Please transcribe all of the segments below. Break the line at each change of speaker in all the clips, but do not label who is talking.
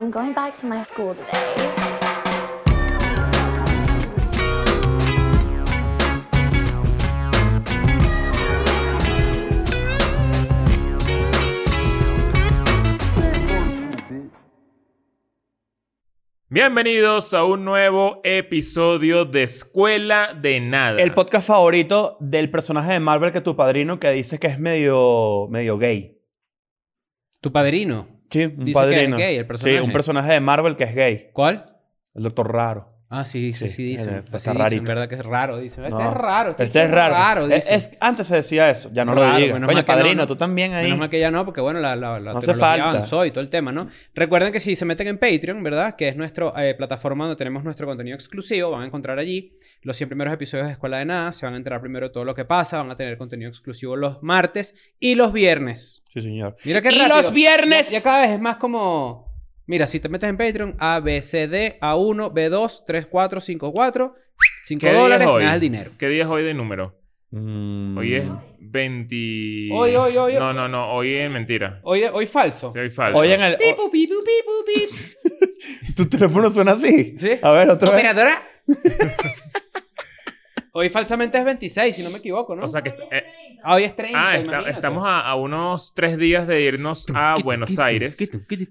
I'm going back to my school today.
Bienvenidos a un nuevo episodio de Escuela de Nada.
El podcast favorito del personaje de Marvel que tu padrino que dice que es medio, medio gay.
Tu padrino.
Sí, un
Dice
padrino.
que es gay el personaje.
Sí, un personaje de Marvel que es gay.
¿Cuál?
El doctor raro.
Ah, sí, sí,
Sí,
sí, dicen.
eh, está
Así dicen,
rarito.
verdad que es raro, dicen. Este
No.
es raro.
Este es raro.
raro
Es-
dicen.
es- antes se decía eso, ya no
Raro,
lo digas.
menos
Coño,
mal que
padrino,
no, no.
tú también ahí.
Menos mal que ya no, porque bueno, la, la, la
No hace
tecnología
falta.
avanzó y todo el tema, ¿no? Recuerden que si se meten en Patreon, ¿verdad? Que es nuestra plataforma donde tenemos nuestro contenido exclusivo, van a encontrar allí los 100 primeros episodios de Escuela de Nada, se van a enterar primero de todo lo que pasa, van a tener contenido exclusivo los martes y los viernes.
Sí, señor.
Mira qué
Y
rápido.
los viernes.
Ya, ya cada vez es más como... Mira, si te metes en Patreon, A, B, C, D, A1, B2, 3, 4, 5, 4, 5
¿Qué día es
dólares,
hoy?
me das el dinero.
¿Qué día es hoy de número?
Mm.
Hoy es 20...
Hoy, hoy, hoy,
No, no, no. Hoy es mentira.
Hoy, hoy falso.
Sí, hoy falso.
Hoy en el. o-
Pipu, pipu, pipu, pipu.
¿Tu teléfono suena así?
Sí.
A ver, otra vez.
¿Operadora? Hoy falsamente es 26, si no me equivoco, ¿no?
O sea que... est- eh,
Ah, hoy es 30.
ah, está-
imagínate.
estamos a, a unos tres días de irnos a Buenos Aires.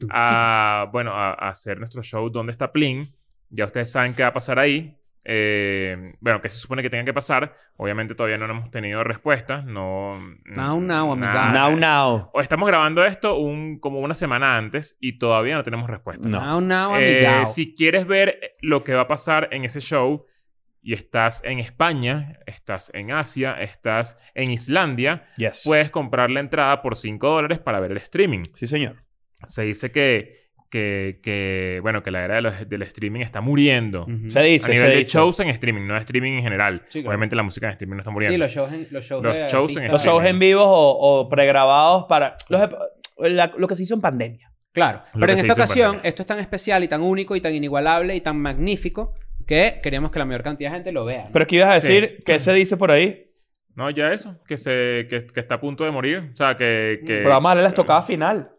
Ah, a, bueno, a, a hacer nuestro show ¿Dónde está Plin? Ya ustedes saben qué va a pasar ahí. Eh, bueno, que se supone que tenga que pasar. Obviamente todavía no hemos tenido respuestas. No.
Now, now, amiga.
nada.
Now, now.
O estamos grabando esto un, como una semana antes y todavía no tenemos respuesta.
No.
Now, now,
Eh,
Ah, amigao.
si quieres ver eh, lo que va a pasar en ese show y estás en España, estás en Asia, estás en Islandia,
Yes.
puedes comprar la entrada por 5 dólares para ver el streaming
Sí, señor.
se dice que, que, que, bueno, que la era de los- del streaming está muriendo.
Ujú.
Se dice,
a nivel
se
de
dice.
shows en streaming, no de streaming en general.
Sí, claro.
Obviamente la música en streaming no está muriendo.
Sí, los shows en los shows,
Los
de
shows en
artistas.
Los shows en vivos o, o pregrabados para. Los, ep- la- lo que se hizo en pandemia.
Claro.
Lo que
Pero en
se
esta
hizo en
ocasión,
pandemia.
esto es tan especial y tan único y tan inigualable y tan magnífico que queríamos que la mayor cantidad de gente lo vea. ¿no?
Pero es que ibas a
Sí.
decir, ¿qué se dice por ahí?
No, ya eso, que, se, que, que está a punto de morir. O sea, que... que
Pero vamos a darle las tocadas final.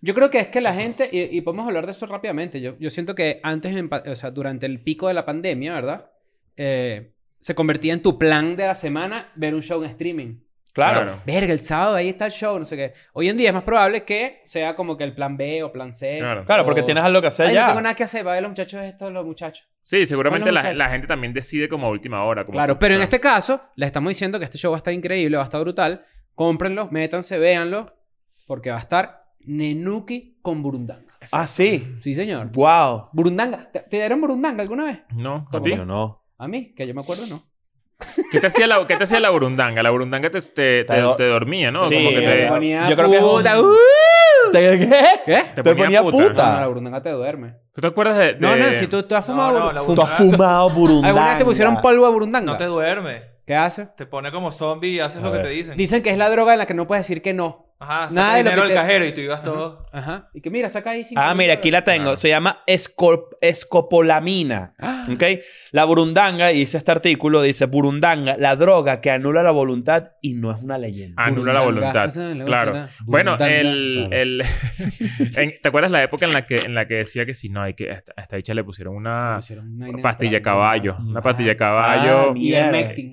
Yo creo que es que la gente, y, y podemos hablar de eso rápidamente, yo, yo siento que antes, en pa- o sea, durante el pico de la pandemia, ¿verdad? Eh, se convertía en tu plan de la semana ver un show en streaming.
Claro.
Claro.
Verga, el sábado ahí está el show, no sé qué. Hoy en día es más probable que sea como que el plan B o plan C.
Claro.
Claro, porque
o-
tienes algo que hacer
Oh. Ay,
ya.
no tengo nada que hacer, va a ver los muchachos estos, los muchachos.
Sí, seguramente
Bueno,
la,
muchachos.
la gente también decide como a última hora. como
Claro,
que-
pero en
o sea,
este caso, les estamos diciendo que este show va a estar increíble, va a estar brutal. Cómprenlo, métanse, véanlo, porque va a estar Nenuki con Burundanga.
Ah, sí.
Sí, señor.
Wow.
Burundanga. ¿Te, te dieron Burundanga alguna vez?
No, ¿a
¿Cómo
ti?
Coño, no.
A mí, que yo me acuerdo, no.
¿Qué te hacía la, qué te hacía la burundanga? La burundanga te, te, te,
Te do-
te dormía, ¿no?
Sí,
como que te,
te ponía-
yo creo que
es un- ¿Te, ¿Qué?
uh, ¿Qué?
te
te ponía puta.
No, no, la Burundanga te duerme.
¿Tú te acuerdas de...?
No,
de-
no, si tú, tú has fumado
no,
Burundanga.
la
Tú has fumado burundanga.
¿Alguna vez te pusieron polvo a Burundanga?
No te duerme.
¿Qué hace?
Te pone como zombie y haces
A
lo que
ver.
te dicen.
Dicen que es la droga en la que no puedes decir que no.
Ajá,
Nada
saca
de lo
dinero
que
del
te-
cajero y tú ibas todo.
Ajá. Y que mira, saca ahí cinco
Ah, mira, aquí la tengo.
Claro.
Se llama escol- escopolamina.
Ah,
¿Ok? La burundanga, y dice este artículo, dice burundanga, la droga que anula la voluntad y no es una leyenda.
Anula la
Burundanga.
voluntad.
Esa es la
Claro.
cosa,
Bueno,
burundanga.
el, el- en- ¿te acuerdas la época en la que, en la que decía que si no hay que hasta, esta dicha le pusieron una Ah, pastilla de caballo,
Ah,
una pastilla de caballo
Ah,
Ivermectin.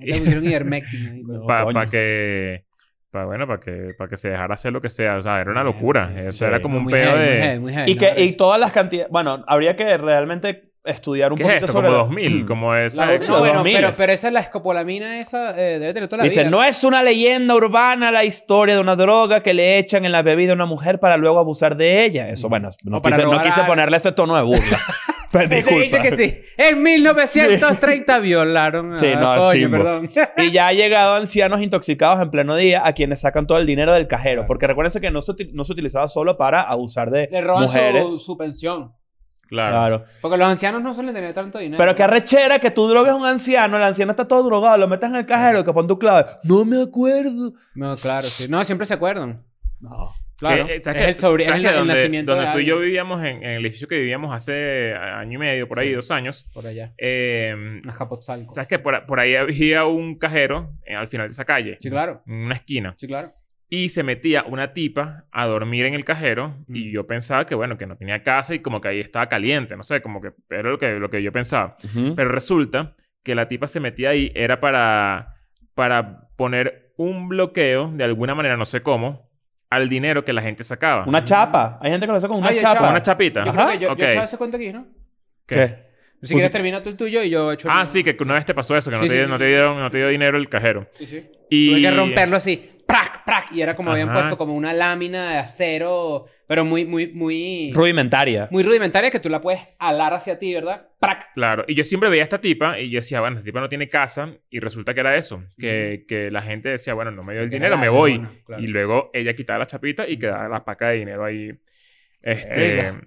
Le pusieron ivermectin. ahí, pero-
para
coño.
que pa- bueno, para que para que se dejara hacer lo que sea, o sea, era una
Bueno,
locura,
sí,
o sea,
sí.
era como un
Muy
peo
heavy,
de
muy heavy, muy heavy,
Y,
¿no?
que,
Parece-
y todas las cantidades. Bueno, habría que realmente estudiar un
¿Qué es
poquito
esto?
sobre.
Como
la-
2000,
Mm.
como esa
La-
época.
no, bueno,
2000.
pero, pero esa es la escopolamina, esa eh, debe tener toda la
Dice,
vida.
no es una leyenda urbana la historia de una droga que le echan en la bebida a una mujer para luego abusar de ella. Eso, bueno, no
O para
quise, no
robar
quise
a-
ponerle ese tono de burla. Pero
Te
disculpa.
dije que sí. En 1930 violaron a...
Sí, no,
coño,
chimbo.
perdón.
Y ya ha llegado ancianos intoxicados en pleno día a quienes sacan todo el dinero del cajero. Porque recuérdense que no se, uti- no se utilizaba solo para abusar de
Le roban
mujeres.
su, su pensión.
Claro.
Claro.
Porque los ancianos no suelen tener tanto dinero.
Pero qué arrechera que tú drogues a un anciano, el anciano está todo drogado, lo metas en el cajero, que pon tu clave. No me acuerdo.
No, claro, sí. No, siempre se acuerdan.
No.
Claro.
Que, eh,
es
¿sabes que-
el sobrino,
sabes
el,
que
el
donde,
nacimiento
donde
de
tú y yo
alguien.
vivíamos en, en el edificio que vivíamos hace a- año y medio, por ahí,
Sí.
dos años,
Por allá.
eh,
En Azcapotzalco.
sabes que por, por ahí había un cajero eh, al final de esa calle,
Sí, claro.
en una esquina.
Sí, claro.
Y se metía una tipa a dormir en el cajero
Mm.
y yo pensaba que, bueno, que no tenía casa y como que ahí estaba caliente, no sé, como que era lo que, lo que yo pensaba.
Ujú.
Pero resulta que la tipa se metía ahí era para, para poner un bloqueo, de alguna manera, no sé cómo, al dinero que la gente sacaba.
Una chapa. Hay gente que lo hace con una
Ay, hay
chapa.
chapa.
Una chapita.
Yo creo que yo,
Ok.
yo echaba ese cuento aquí, ¿no?
¿Qué?
¿Qué?
Si quieres termina tú el tuyo y yo echo el
Ah,
mío.
sí, que una vez te pasó eso, que no,
Sí,
te,
sí,
di-
sí,
no te
sí.
dieron, no te dio dinero el cajero.
Sí, sí.
Y...
Tuve que romperlo así. ¡Prac, prac! Y era como habían
Ajá.
puesto como una lámina de acero, pero muy, muy, muy...
Rudimentaria.
Muy rudimentaria que tú la puedes alar hacia ti, ¿verdad? ¡Prac!
Claro, y yo siempre veía a esta tipa y yo decía, bueno, esta tipa no tiene casa y resulta que era eso, que, que la gente decía, bueno, no me dio el
Era
dinero, me
ladrona,
voy.
claro.
Y luego ella quitaba la chapita y quedaba la paca de dinero ahí. Este,
Verga.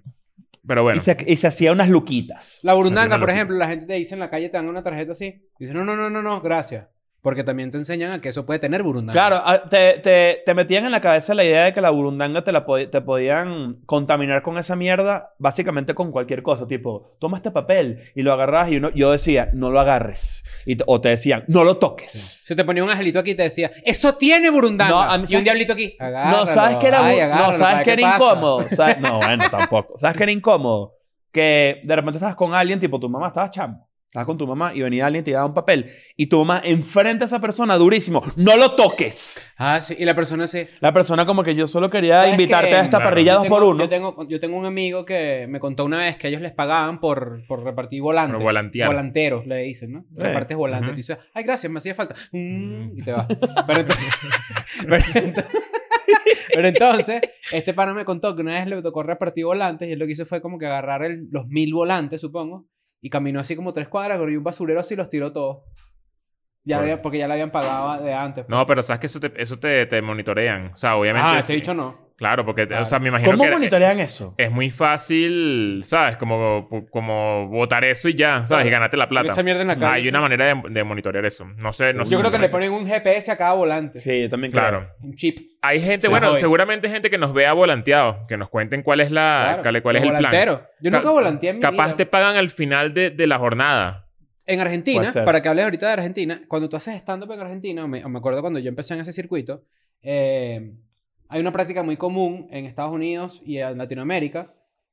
pero bueno,
Y, se, y se hacía unas luquitas.
La
Así
burundanga,
me lo
por
quito.
ejemplo, la gente te dice en la calle, te dan una tarjeta así. Dice, no, no, no, no, no, gracias. Porque también te enseñan a que eso puede tener burundanga.
Claro, ah, te, te- te metían en la cabeza la idea de que la burundanga te, la pod- te podían contaminar con esa mierda, básicamente con cualquier cosa. Tipo, toma este papel y lo agarras y uno, yo decía, no lo agarres. Y te- o te decían, no lo toques.
Si te ponía un angelito aquí y te decía, ¡eso tiene burundanga!
No, a mí-
y un diablito aquí.
No, ¿sabes que era, bu- no, ¿sabes que
que
era incómodo? ¿Sabes- No, bueno, tampoco. ¿Sabes que era incómodo? Que de repente estabas con alguien, tipo tu mamá, estabas chamo. Estabas con tu mamá y venía alguien y te daba un papel. Y tu mamá enfrente a esa persona durísimo, no lo toques.
Ah, sí. Y la persona así...
La persona como que yo solo quería
¿Sabes
invitarte
qué?
a esta
Claro.
parrilla
Yo
dos
tengo-
por uno.
Yo tengo, yo tengo un amigo que me contó una vez que ellos les pagaban por, por repartir volantes.
Por volantear.
Volanteros, le dicen, ¿no?
Eh.
Repartes volantes.
Ujú.
Tú dices, ay, gracias, me hacía falta. Mm,
Mm.
Y te vas. Pero entonces, pero ento- pero entonces, este pana me contó que una vez le tocó repartir volantes y él lo que hizo fue como que agarrar el- los mil volantes, supongo, y caminó así como tres cuadras, corrió un basurero así y los tiró todos. Ya le
Bueno.
había- porque ya le habían pagado de antes.
no, pero sabes que eso te, eso te, te monitorean. O sea, obviamente.
ah,
sí.
te he dicho no.
Claro, porque, o sea,
Claro.
me imagino
¿Cómo
que. era-
monitorean eso?
Es muy fácil, ¿sabes? Como, como votar eso y ya, ¿sabes? Y ganarte la plata.
Esa mierda en la calle.
Hay
sí.
una manera de, de monitorear eso. No sé, no sé
Yo creo
si-
que le ponen un GPS a cada volante.
Sí, yo también creo.
Claro.
Un chip.
Hay gente,
Se
bueno,
jode.
seguramente gente que nos vea volanteado, que nos cuenten cuál es la,
Claro,
Ah, cuál, cuál es
los
el plan.
volanteros. Yo nunca
Ca-
volanteé en mi
Capaz
vida.
te pagan al final de, de la jornada.
En
Puede
Argentina,
ser.
para que hables ahorita de Argentina, cuando tú haces stand-up en Argentina, me, me acuerdo cuando yo empecé en ese circuito, eh, hay una práctica muy común en Estados Unidos y en Latinoamérica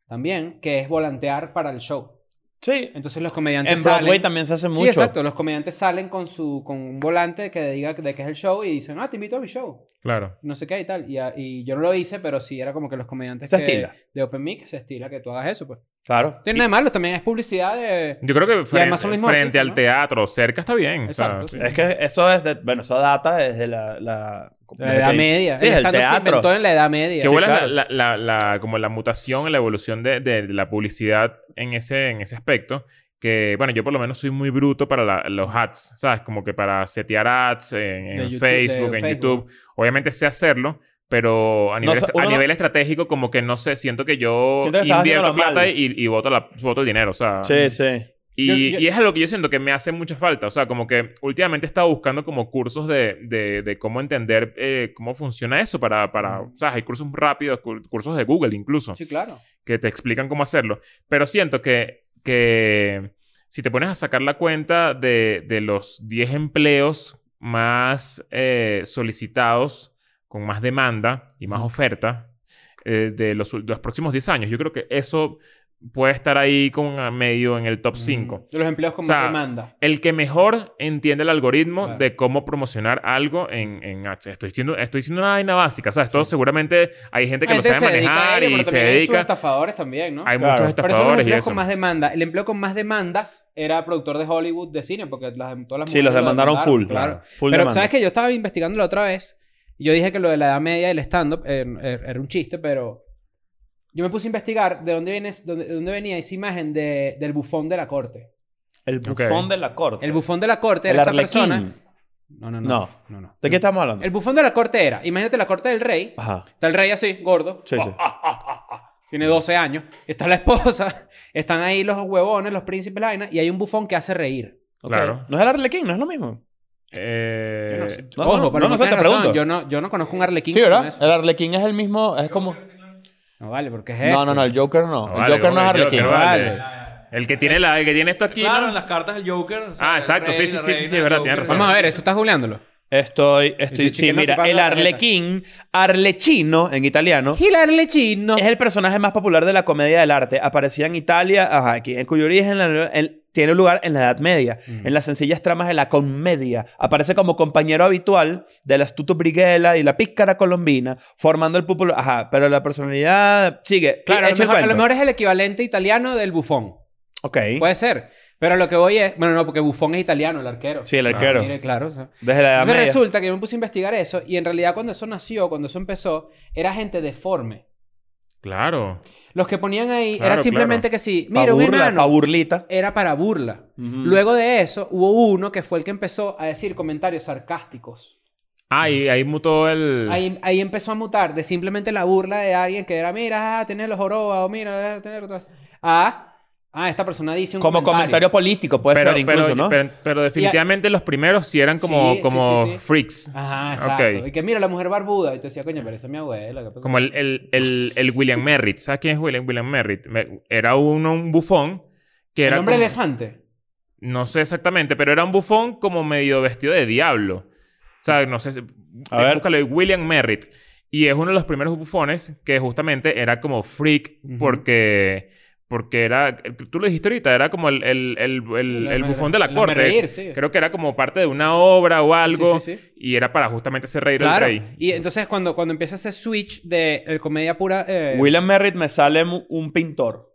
también, que es volantear para el show.
Sí.
Entonces los comediantes
En Broadway
salen-
también se hace mucho.
Sí, exacto. Los comediantes salen con, su, con un volante que diga de qué es el show y dicen, ah, te invito a mi show.
Claro.
no sé qué y tal. Y, a- y yo no lo hice, pero sí era como que los comediantes
Se
que-
estila.
de Open Mic se estila que tú hagas eso, pues.
Claro.
No tiene nada de malo, también es publicidad de...
Yo creo que frente,
además son los mismos
frente
artistas,
al
¿no?
teatro, cerca está bien. o sea,
Exacto,
sí.
sí.
Es que eso es, de- bueno, eso data desde la... la
La edad media.
Sí,
el
el
stand-up se
teatro.
inventó en la edad media.
Que
Sí,
vuela la-
claro.
la, la- la- como la mutación, la evolución de, de la publicidad en ese, en ese aspecto. Que, bueno, yo por lo menos soy muy bruto para la- los ads, ¿sabes? Como que para setear ads en, en
De YouTube-
Facebook,
de
en
Facebook.
YouTube. Obviamente sé hacerlo, pero a nivel,
sé,
est-
uno
a
no-
nivel estratégico como que no sé, siento que yo
Siento que estás
invierto
haciéndolo mal.
plata y, y boto, la, boto el dinero, o sea...
Sí, sí.
Y,
Yo- yo-
y es algo que yo siento que me hace mucha falta. O sea, como que últimamente he estado buscando como cursos de, de, de cómo entender eh, cómo funciona eso para, para... O sea, hay cursos rápidos, cur- cursos de Google incluso,
Sí, claro.
que te explican cómo hacerlo. Pero siento que, que si te pones a sacar la cuenta de, de los 10 empleos más eh, solicitados, con más demanda y más oferta eh, de, los, ul- de los próximos 10 años, yo creo que eso puede estar ahí con a medio en el
Mm.
top 5
De los empleos con
O sea,
más demanda.
el que mejor entiende el algoritmo
Claro.
de cómo promocionar algo en, en ads. Estoy diciendo, estoy diciendo una vaina básica, ¿sabes? Todo seguramente hay gente que
Hay
lo
gente
sabe manejar
ello, pero
y se
también hay sus
dedica.
estafadores también, ¿no?
Hay
Claro.
muchos
Pero esos son
estafadores
los
y
empleos
eso.
con más demanda. El empleo con más demandas era productor de Hollywood de cine, porque las, todas las
Sí, los
mujeres lo
demandaron full.
Claro.
Full
pero
demanda.
sabes que yo estaba investigando la otra vez y yo dije que lo de la edad media y el stand-up eh, eh, era un chiste, pero yo me puse a investigar de dónde, viene, dónde, de dónde venía esa imagen de- del bufón de la corte.
El bufón de la corte.
El bufón de la corte
El
era esta
arlequín.
persona. No, no, no.
No.
no, no.
¿De qué estamos hablando?
El bufón de la corte era, imagínate la corte del rey,
Ajá.
está el rey así, gordo,
Sí, sí.
tiene 12 años, está la esposa, están ahí los huevones, los príncipes, la vaina, y hay un bufón que hace reír.
Ok.
Claro.
No es el arlequín, no es lo mismo.
Eh,
Yo no sé.
no,
Ojo,
no,
pero
no, no sé,
tienes
te
razón,
pregunto.
Yo no, yo no conozco un arlequín.
Sí,
como
¿verdad?
eso.
El arlequín es el mismo, es como...
No vale, porque es eso.
No, no, no, el Joker
no
no. el
vale,
Joker no es
hombre, el
arlequín.
Joker,
Vale.
vale. El que tiene la, el que tiene esto aquí.
Claro,
¿no?
en las cartas del Joker. o sea,
Ah,
el
exacto, sí,
rey,
sí,
la
sí, sí,
reina,
sí, es verdad, tienes
el Joker.
razón.
Vamos a ver, ¿tú estás googleándolo?
Estoy, estoy,
Estoy
sí,
chequeando
mira,
tu pata
el
de la jeta.
arlequín, arlechino en italiano,
Hilarle chino.
es el personaje más popular de la comedia del arte. Aparecía en Italia, ajá, aquí, en cuyo origen la- el- tiene lugar en la Edad Media, en las sencillas tramas de la comedia. Aparece como compañero habitual del astuto Briguela y la pícara colombina, formando el popular. Ajá, pero la personalidad sigue.
Claro, a lo,
Echa el
mejor, a lo
cuento.
mejor es el equivalente italiano del bufón.
Ok.
Puede ser. Pero lo que voy es. Bueno, no, porque bufón es italiano, el arquero.
Sí, el
Ah,
arquero.
Mire, claro. o sea.
Desde la Edad
Entonces
Media.
resulta que yo me puse a investigar eso y en realidad cuando eso nació, cuando eso empezó, era gente deforme.
Claro.
Los que ponían ahí
Claro,
era simplemente que sí, mira,
Pa'
un
burla,
enano
pa' Mm. burlita.
era para burla.
Ujú.
Luego de eso hubo uno que fue el que empezó a decir comentarios sarcásticos.
Ah, y ahí mutó el...
Ahí, ahí empezó a mutar de simplemente la burla de alguien que era, mira, ah, tener los jorobas o mira, ah, tener otras. Ah, ah, esta persona dice un
Como comentario político puede
pero,
ser incluso,
pero,
¿no?
pero, pero definitivamente los primeros sí eran como,
Sí, sí,
como
sí, sí.
freaks.
Ajá, exacto.
Ok.
Y que mira la mujer barbuda. Y tú decías, coño, pero esa es mi abuela. ¿qué pasa?
Como el, el, el, el William Merritt. ¿Sabes quién es William, William Merritt? Me- Era uno, un bufón que
El
era...
hombre
como-
elefante.
No sé exactamente, pero era un bufón como medio vestido de diablo. O sea, no sé... si-
A ver.
Búscalo ahí, William Merritt. Y es uno de los primeros bufones que justamente era como freak
Ujú.
porque... Porque era... Tú lo dijiste ahorita. Era como el, el, el, el,
El-
el bufón de la
el
corte.
Merreír, sí.
Creo que era como parte de una obra o algo.
Sí, sí, sí.
Y era para justamente hacer reír
Claro.
al rey.
Y entonces cuando, cuando empieza ese switch de eh, comedia pura... eh,
William Merritt me sale mu- un pintor.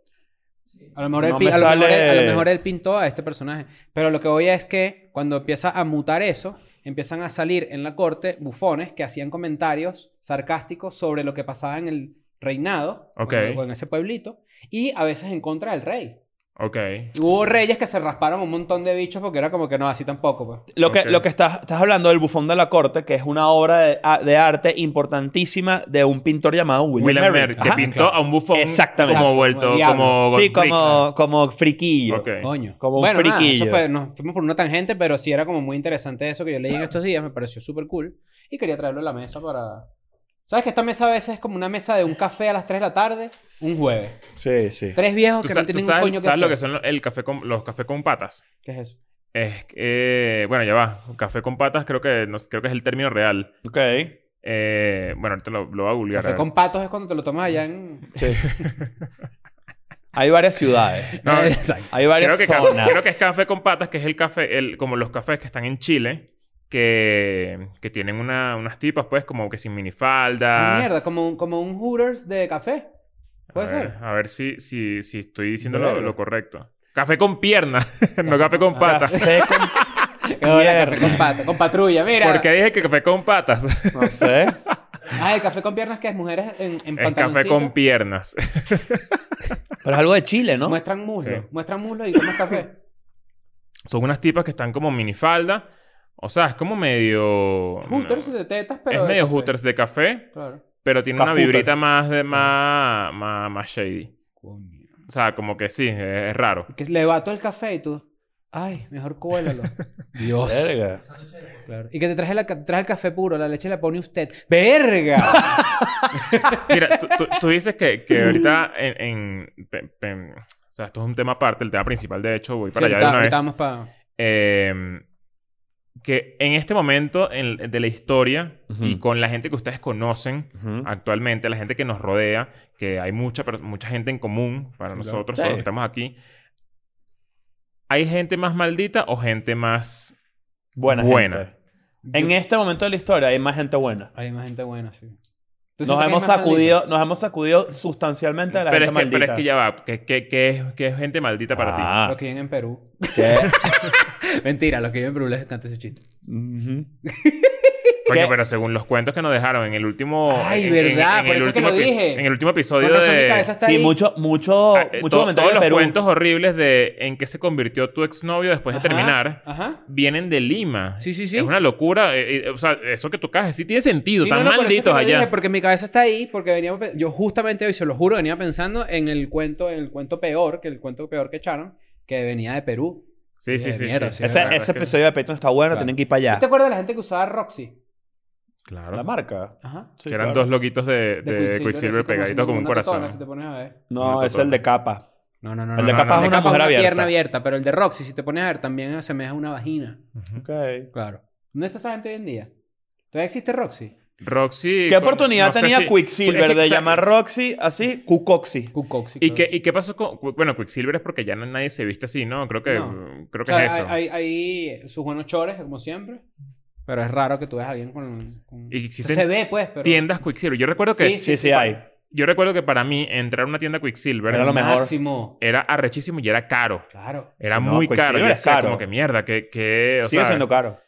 A lo, mejor
No
él, pi-
me
a, lo mejor
sale-
él- a lo mejor él pintó a este personaje. Pero lo que voy es que cuando empieza a mutar eso, empiezan a salir en la corte bufones que hacían comentarios sarcásticos sobre lo que pasaba en el reinado o
Ok.
en- o en ese pueblito y a veces en contra del rey.
Ok.
Hubo reyes que se rasparon un montón de bichos porque era como que no, así tampoco. Pues.
Lo que,
Ok.
lo que estás, estás hablando del bufón de la corte, que es una obra de, a- de arte importantísima de un pintor llamado William,
William
Merritt.
Merritt, que
Ajá.
pintó
claro.
a un bufón
Exactamente.
como
Exacto,
vuelto,
como diablo.
como...
Sí,
freak.
como, como friquillo.
Ok.
Coño.
Como un
bueno, nada,
friquillo.
eso fue- nos fuimos por una tangente, pero sí era como muy interesante eso que yo leí en estos días, me pareció súper cool. Y quería traerlo a la mesa para. ¿Sabes que esta mesa a veces es como una mesa de un café a las 3 de la tarde, un jueves?
Sí, sí.
Tres viejos
¿Tú,
que
sa- tú
no tienen un
sabes,
coño que
sabes
hacer.
lo que son lo- el café con, los café con patas?
¿Qué es eso?
Es que... eh, bueno, ya va. Café con patas creo que, no, sé, creo que es el término real.
Ok.
Eh, bueno, ahorita lo, lo voy a googlear.
Café con patos es cuando te lo tomas allá en.
Hay varias ciudades.
No,
Exacto.
Hay varias
creo, que ca-
zonas.
creo que es café con patas, que es el café... el- como los cafés que están en Chile, que, que tienen una- unas tipas, pues, como que sin minifalda.
Ah, mierda, como un, como un Hooters de café. ¿Puede
a
ser?
Ver, a ver si, si, si estoy diciendo lo,
Verga.
lo correcto. Café con pierna, no café con patas.
Café con-
Hola, café con patas, con patrulla, mira.
¿Por qué dije que café con patas?
No sé.
Ah, el café con piernas que es mujeres en, en
es café
pantaloncito.
con piernas.
Pero es algo de Chile, ¿no?
Muestran muslo,
Sí.
muestran muslo y tomas café.
Son unas tipas que están como minifalda. O sea, es como medio...
Hooters
no,
de tetas, pero.
es
de
medio
café.
hooters de café,
Claro.
pero tiene una
Cafutas.
vibrita más, de, más, más, más shady. O sea, como que sí, es, es raro.
Que le va todo el café y tú. Ay, mejor cuélalo. Dios.
Verga.
Claro. Y que te traje, la, te traje el café puro, la leche la pone usted. ¡Verga!
Mira, tú, tú- tú dices que, que ahorita en... en- pe- pe- o sea, esto es un tema aparte, el tema principal, de hecho, voy para
Sí,
allá
ahorita-
de una
ahorita
vez.
vamos pa-
eh, que en este momento en- de la historia
Ujú.
y con la gente que ustedes conocen
Ujú.
actualmente, la gente que nos rodea, que hay mucha, per- mucha gente en común para nosotros,
Sí.
todos los que estamos aquí, ¿hay gente más maldita o gente más...
Buena.
Buena.
gente. En este momento de la historia hay más gente buena.
Hay más gente buena, sí. ¿Tú sientes
Nos
que hay
hemos,
más maldita?
sacudido, nos hemos sacudido sustancialmente a la
Pero es,
gente
que, pero es
maldita.
que ya va, que, que- que es, que es gente maldita para ti.
Los que viven en Perú.
Ah, ¿qué?
Mentira, los que viven en Perú les encanta ese chiste.
Ujú.
Coño,
¿Qué?
pero según los cuentos que nos dejaron en el último...
Ay,
en- en- en-
verdad,
en
por
el
eso es que lo
último epi-
dije.
En el último
Por
episodio
eso
de...
mi cabeza está
Sí,
ahí.
mucho, mucho,
Ah, eh,
mucho
to- todos
comentario de
los
Perú.
cuentos horribles de en qué se convirtió tu exnovio después
Ajá,
de terminar
Ajá.
vienen de Lima.
Sí, sí, sí.
Es una locura. eh, eh, o sea, eso que tocaste sí tiene sentido.
Sí,
Están
no, no, por eso es que
malditos
lo dije,
allá.
porque mi cabeza está ahí, porque veníamos, pe- yo justamente hoy, se lo juro, venía pensando en el cuento, en el cuento peor, que el cuento peor que echaron, que venía de Perú.
Sí, sí,
de
sí.
mierda,
sí.
sí,
La
Ese,
verdad
ese
es que-
episodio de Patreon está bueno,
Claro.
tienen que ir para
Ah.
¿Tú
allá.
te acuerdas de la gente que usaba Roxy?
Claro.
marca?
Ajá.
que eran dos loquitos de, de Quicksilver,
así como
pegaditos como un
una
corazón.
totona, si te pones a ver.
No,
Una
es el
totona.
de capa.
No, no, no.
El
no,
de
no,
capa
no,
es
el
una mujer
es
abierta.
pierna abierta, pero el de Roxy, si te pones a ver, también asemeja una vagina.
Ujú.
Ok.
Claro. ¿Dónde está esa gente hoy en día? ¿Todavía existe Roxy?
Roxy.
¿Qué
con-
oportunidad
no sé
tenía
si-
Quicksilver
es que
de
exacto.
llamar Roxy así? Cucoxy.
Cucoxy.
¿Y
creo.
qué, ¿Y qué pasó con.? Bueno, Quicksilver es porque ya no- nadie se viste así, ¿no? Creo que,
No.
creo
O
que
sea,
es eso.
hay, hay- hay sus buenos chores, como siempre. Pero es raro que tú veas a alguien
Y
con. con- o sea,
existen
se ve, pues, pero.
Tiendas Quicksilver. Yo recuerdo que.
Sí,
Sí, sí, hay.
Yo recuerdo que para mí entrar a una tienda Quicksilver
Era lo mejor.
Máximo.
era arrechísimo y era caro.
Claro.
Era
Sí, no,
muy caro.
Quicksilver
Yo
es
decía,
caro.
como que mierda, que. que o
Sigue
sea,
siendo caro.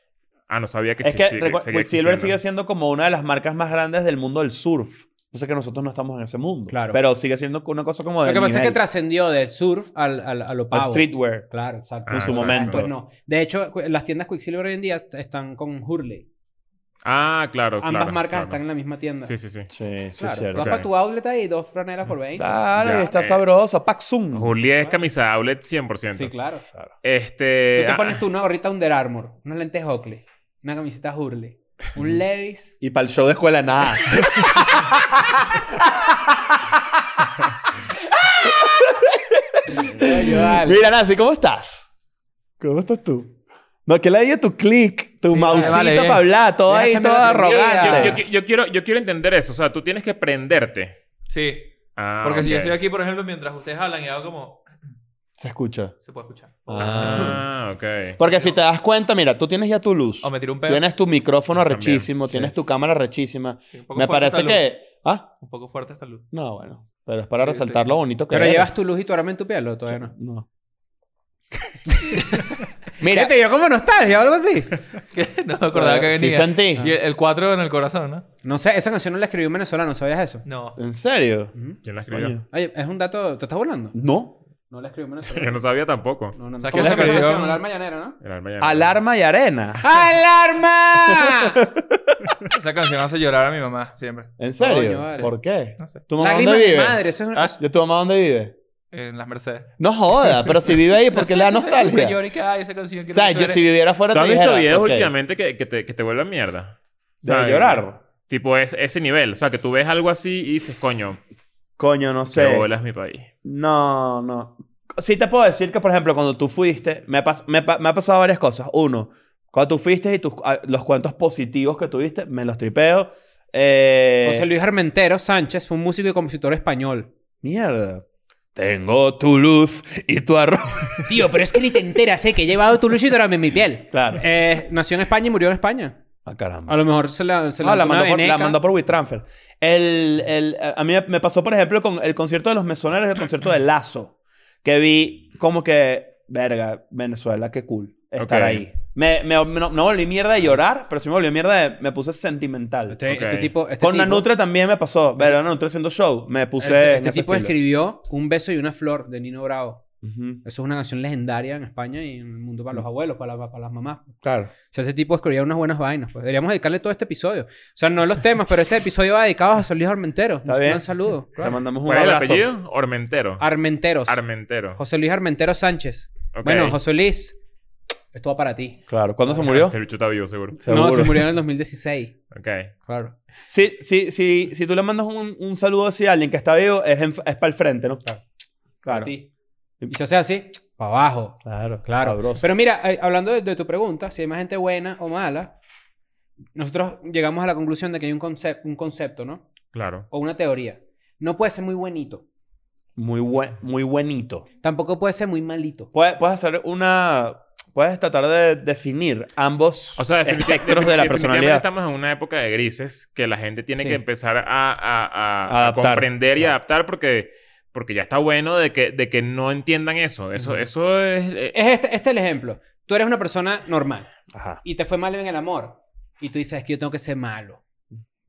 Ah, no sabía que
Es que
exi-
recu-
seguía
Quicksilver sigue
existiendo.
siendo como una de las marcas más grandes del mundo del surf. Yo sé que nosotros no estamos en ese mundo.
Claro.
Pero sigue siendo una cosa como de.
Lo que pasa es que
nivel,
trascendió del surf al, al, a lo
al
pavo.
streetwear.
Claro, exacto.
En su
Exacto, Pues
momento.
no. De hecho, cu- las tiendas Quicksilver hoy en día est- están con Hurley.
Ah, claro.
Ambas
claro,
marcas
claro.
están en la misma tienda.
Sí, sí, sí.
Sí, sí,
Claro,
es cierto.
vas
Ok.
para tu outlet ahí, dos franelas por 20.
Claro,
Ya,
y está
eh.
sabroso. Paxum.
Julia es camisa outlet 100%.
Sí, claro.
Este.
Tú te
ah,
pones tú una gorrita Under Armour, unos lentes Oakley, una camiseta Hurley, un Levis.
Y para el show de escuela, nada.
Oye, vale.
Mira, Nancy, ¿cómo estás? ¿Cómo estás tú? No, que le diga tu click, tu
Sí,
mousito
vale, vale,
para hablar, todo ahí,
Déjame
todo
la comida.
arrogante.
yo, yo- yo quiero, yo quiero entender eso. O sea, tú tienes que prenderte.
Sí.
Ah,
Porque si
ok.
yo estoy aquí, por ejemplo, mientras ustedes hablan y hago como.
Se escucha.
Se puede escuchar.
Ah, ok.
Porque si te das cuenta, mira, tú tienes ya tu luz.
O me tiro un pedo.
Tienes tu micrófono
También,
rechísimo,
sí.
tienes tu cámara rechísima.
Sí, un poco
Me
fuerte esta
parece
luz.
que. Ah,
Un poco fuerte esta luz.
no, bueno. Pero es para
Sí,
resaltar
estoy-
lo bonito que
Pero
eres.
llevas tu luz y tu arma en tu piel o todavía no.
No.
Mira, te dio como nostalgia o algo así.
¿Qué? No me acordaba que
Sí
venía.
sentí.
Y el- el 4 en el corazón, ¿no?
No sé, esa canción no la escribió un venezolano, ¿sabías eso?
No.
¿En serio?
Ujú.
¿Quién la escribió?
Coño.
Oye, es un dato. ¿Te estás volando?
No.
No la escribió un
Yo
venezolano.
no sabía tampoco.
No, no,
O sea,
¿Cómo
que
se
la
llama esa
escribió-
canción? Alarma llanera, ¿no?
El alma llanera.
Alarma y arena.
¡Alarma!
Esa canción hace llorar a mi mamá siempre.
¿En serio?
Coño, vale.
¿Por qué?
No sé.
¿Tu mamá
Lágrimas
dónde
de
vive?
madre, eso es un...
Ah,
¿De tu mamá dónde vive?
En las Mercedes.
No joda, pero si vive ahí, porque le da nostalgia.
Yo ahorita, ay, esa canción que
O sea,
no
yo si viviera fuera
¿Tú has
te
visto
dijera,
videos
ok,
últimamente que, que te, que te vuelven mierda?
de
¿Sabes?
llorar.
Tipo es, ese nivel. O sea, que tú ves algo así y dices, coño,
Coño, no sé.
que bolas mi país.
No, no. Sí te puedo decir que, por ejemplo, cuando tú fuiste, me, ha pas- me pa- me ha pasado varias cosas. Uno, cuando tú fuiste y tus, a- los cuentos positivos que tuviste, me los tripeo. Eh,
José Luis Armentero Sánchez fue un músico y compositor español.
Mierda. Tengo tu luz y tu arroz.
Tío, pero es que ni te enteras, ¿eh? Que he llevado tu luchito en mi piel.
Claro.
Eh, nació en España y murió en España.
Ah, caramba.
A lo mejor se la, se
No, Ah, la, mandó por, la
veneca.
mandó por WeTransfer. El, el- a mí me pasó, por ejemplo, con el concierto de los mesoneros y el concierto de Lazo. Que vi como que, verga, Venezuela, qué cool estar
Ok.
ahí. Me, me- me- no, no volví mierda de llorar, pero sí me volví mierda de... Me puse sentimental.
Este, este
Ok.
tipo... Este
con
tipo,
Nanutra también me pasó. Verga, Nanutra haciendo show. Me puse
Este,
en
este
ese
tipo
estilo.
escribió Un beso y una flor de Nino Bravo.
Ujú,
Eso es una canción legendaria en España y en el mundo para
Mm.
los abuelos, para, la- para las mamás.
Claro.
O sea, ese tipo escribía unas buenas vainas. Pues deberíamos dedicarle todo este episodio. O sea, no los temas, pero este episodio va dedicado a José Luis Armentero.
Está
Un
bien.
gran saludo.
Te mandamos un
¿Cuál es el
abrazo.
apellido? Ormentero.
Armenteros.
Armentero.
José Luis Armentero Sánchez.
Ok.
Bueno, José Luis, esto va para ti.
Claro. ¿Cuándo se murió?
Este bicho está vivo, seguro.
Seguro.
No, se murió en el 2016.
Ok.
Claro.
Sí, sí, sí, si tú le mandas un, un saludo así a alguien que está vivo, es, para el frente, ¿no? Claro.
Para ti. Y se hace así, para abajo.
Claro,
Claro.
Sabroso.
Pero mira, eh, hablando de, de tu pregunta, si hay más gente buena o mala, nosotros llegamos a la conclusión de que hay un, concep- un concepto, ¿no?
Claro.
O una teoría. No puede ser muy buenito.
Muy, buen, muy buenito.
Tampoco puede ser muy malito.
Puedes, puedes hacer una. Puedes tratar de definir ambos
O sea, definiti-
espectros
definiti-
de la
definitivamente
personalidad.
estamos en una época de grises que la gente tiene
Sí.
que empezar a, a- a- a
Adaptar.
comprender y
Claro.
adaptar porque, porque ya está bueno de que, de que no entiendan eso. Eso,
Ujú.
eso es... eh,
Es este, este es el ejemplo. Tú eres una persona normal
Ajá.
y te fue mal en el amor. Y tú dices, es que yo tengo que ser malo.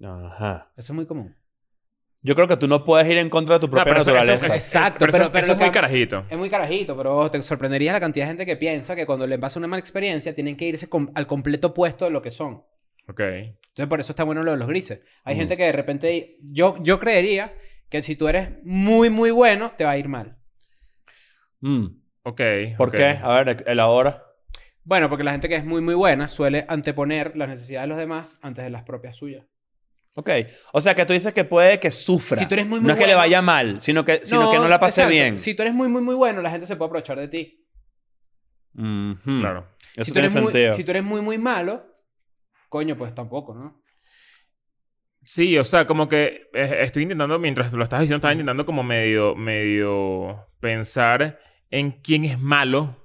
Ajá.
Eso es muy común.
Yo creo que tú no puedes ir en contra de tu
no,
propia
pero eso- eso-
naturaleza.
eso-
Exacto,
pero, eso-
pero- pero
eso es
lo
muy
que-
carajito.
Es muy carajito, pero ojo, te sorprenderías la cantidad de gente que piensa que cuando les pasa una mala experiencia tienen que irse com- al completo opuesto de lo que son.
Ok.
Entonces, por eso está bueno lo de los grises. Hay
Mm.
gente que de repente. Yo, yo creería que si tú eres muy, muy bueno, te va a ir mal.
Mm.
Ok.
¿Por
ok.
qué? A ver, el ahora.
Bueno, porque la gente que es muy, muy buena suele anteponer las necesidades de los demás antes de las propias suyas.
Ok. O sea, que tú dices que puede que sufra.
Si tú eres muy,
no
muy
es que le
bueno-
vaya mal, sino que, sino que no la pase
exacto.
bien.
Si tú eres muy, muy, muy bueno, la gente se puede aprovechar de ti.
Mhm.
Claro.
Eso
si, tú
tiene
eres muy,
sentido.
si tú eres muy, muy malo, Coño, pues tampoco, ¿no?
Sí, o sea, como que eh, estoy intentando, mientras lo estás diciendo, estaba
Mm.
intentando como medio, medio pensar en quién es malo,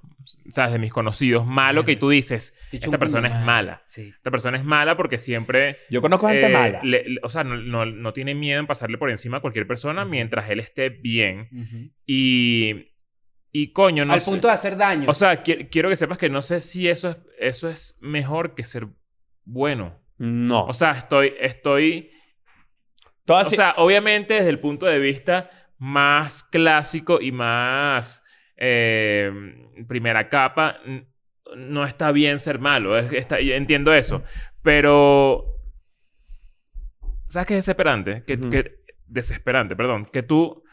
¿sabes? De mis conocidos, malo que tú dices,
Dicho
esta
un
persona
coño
es
madre.
mala.
Sí.
Esta persona es mala porque siempre...
Yo conozco gente
eh,
mala.
le- le- o sea, no, no- no tiene miedo en pasarle por encima a cualquier persona mientras él esté bien.
Ujú.
Y... Y coño, no
Al
sé-
punto de hacer daño.
O sea, qui- quiero que sepas que no sé si eso es, eso es mejor que ser bueno.
No.
O sea, estoy... estoy
Todas
o
sí-
sea, obviamente desde el punto de vista más clásico y más eh, primera capa, n- no está bien ser malo. Es- está- yo entiendo eso. Pero... ¿Sabes qué es desesperante? Que,
Ujú.
que- desesperante, perdón. Que tú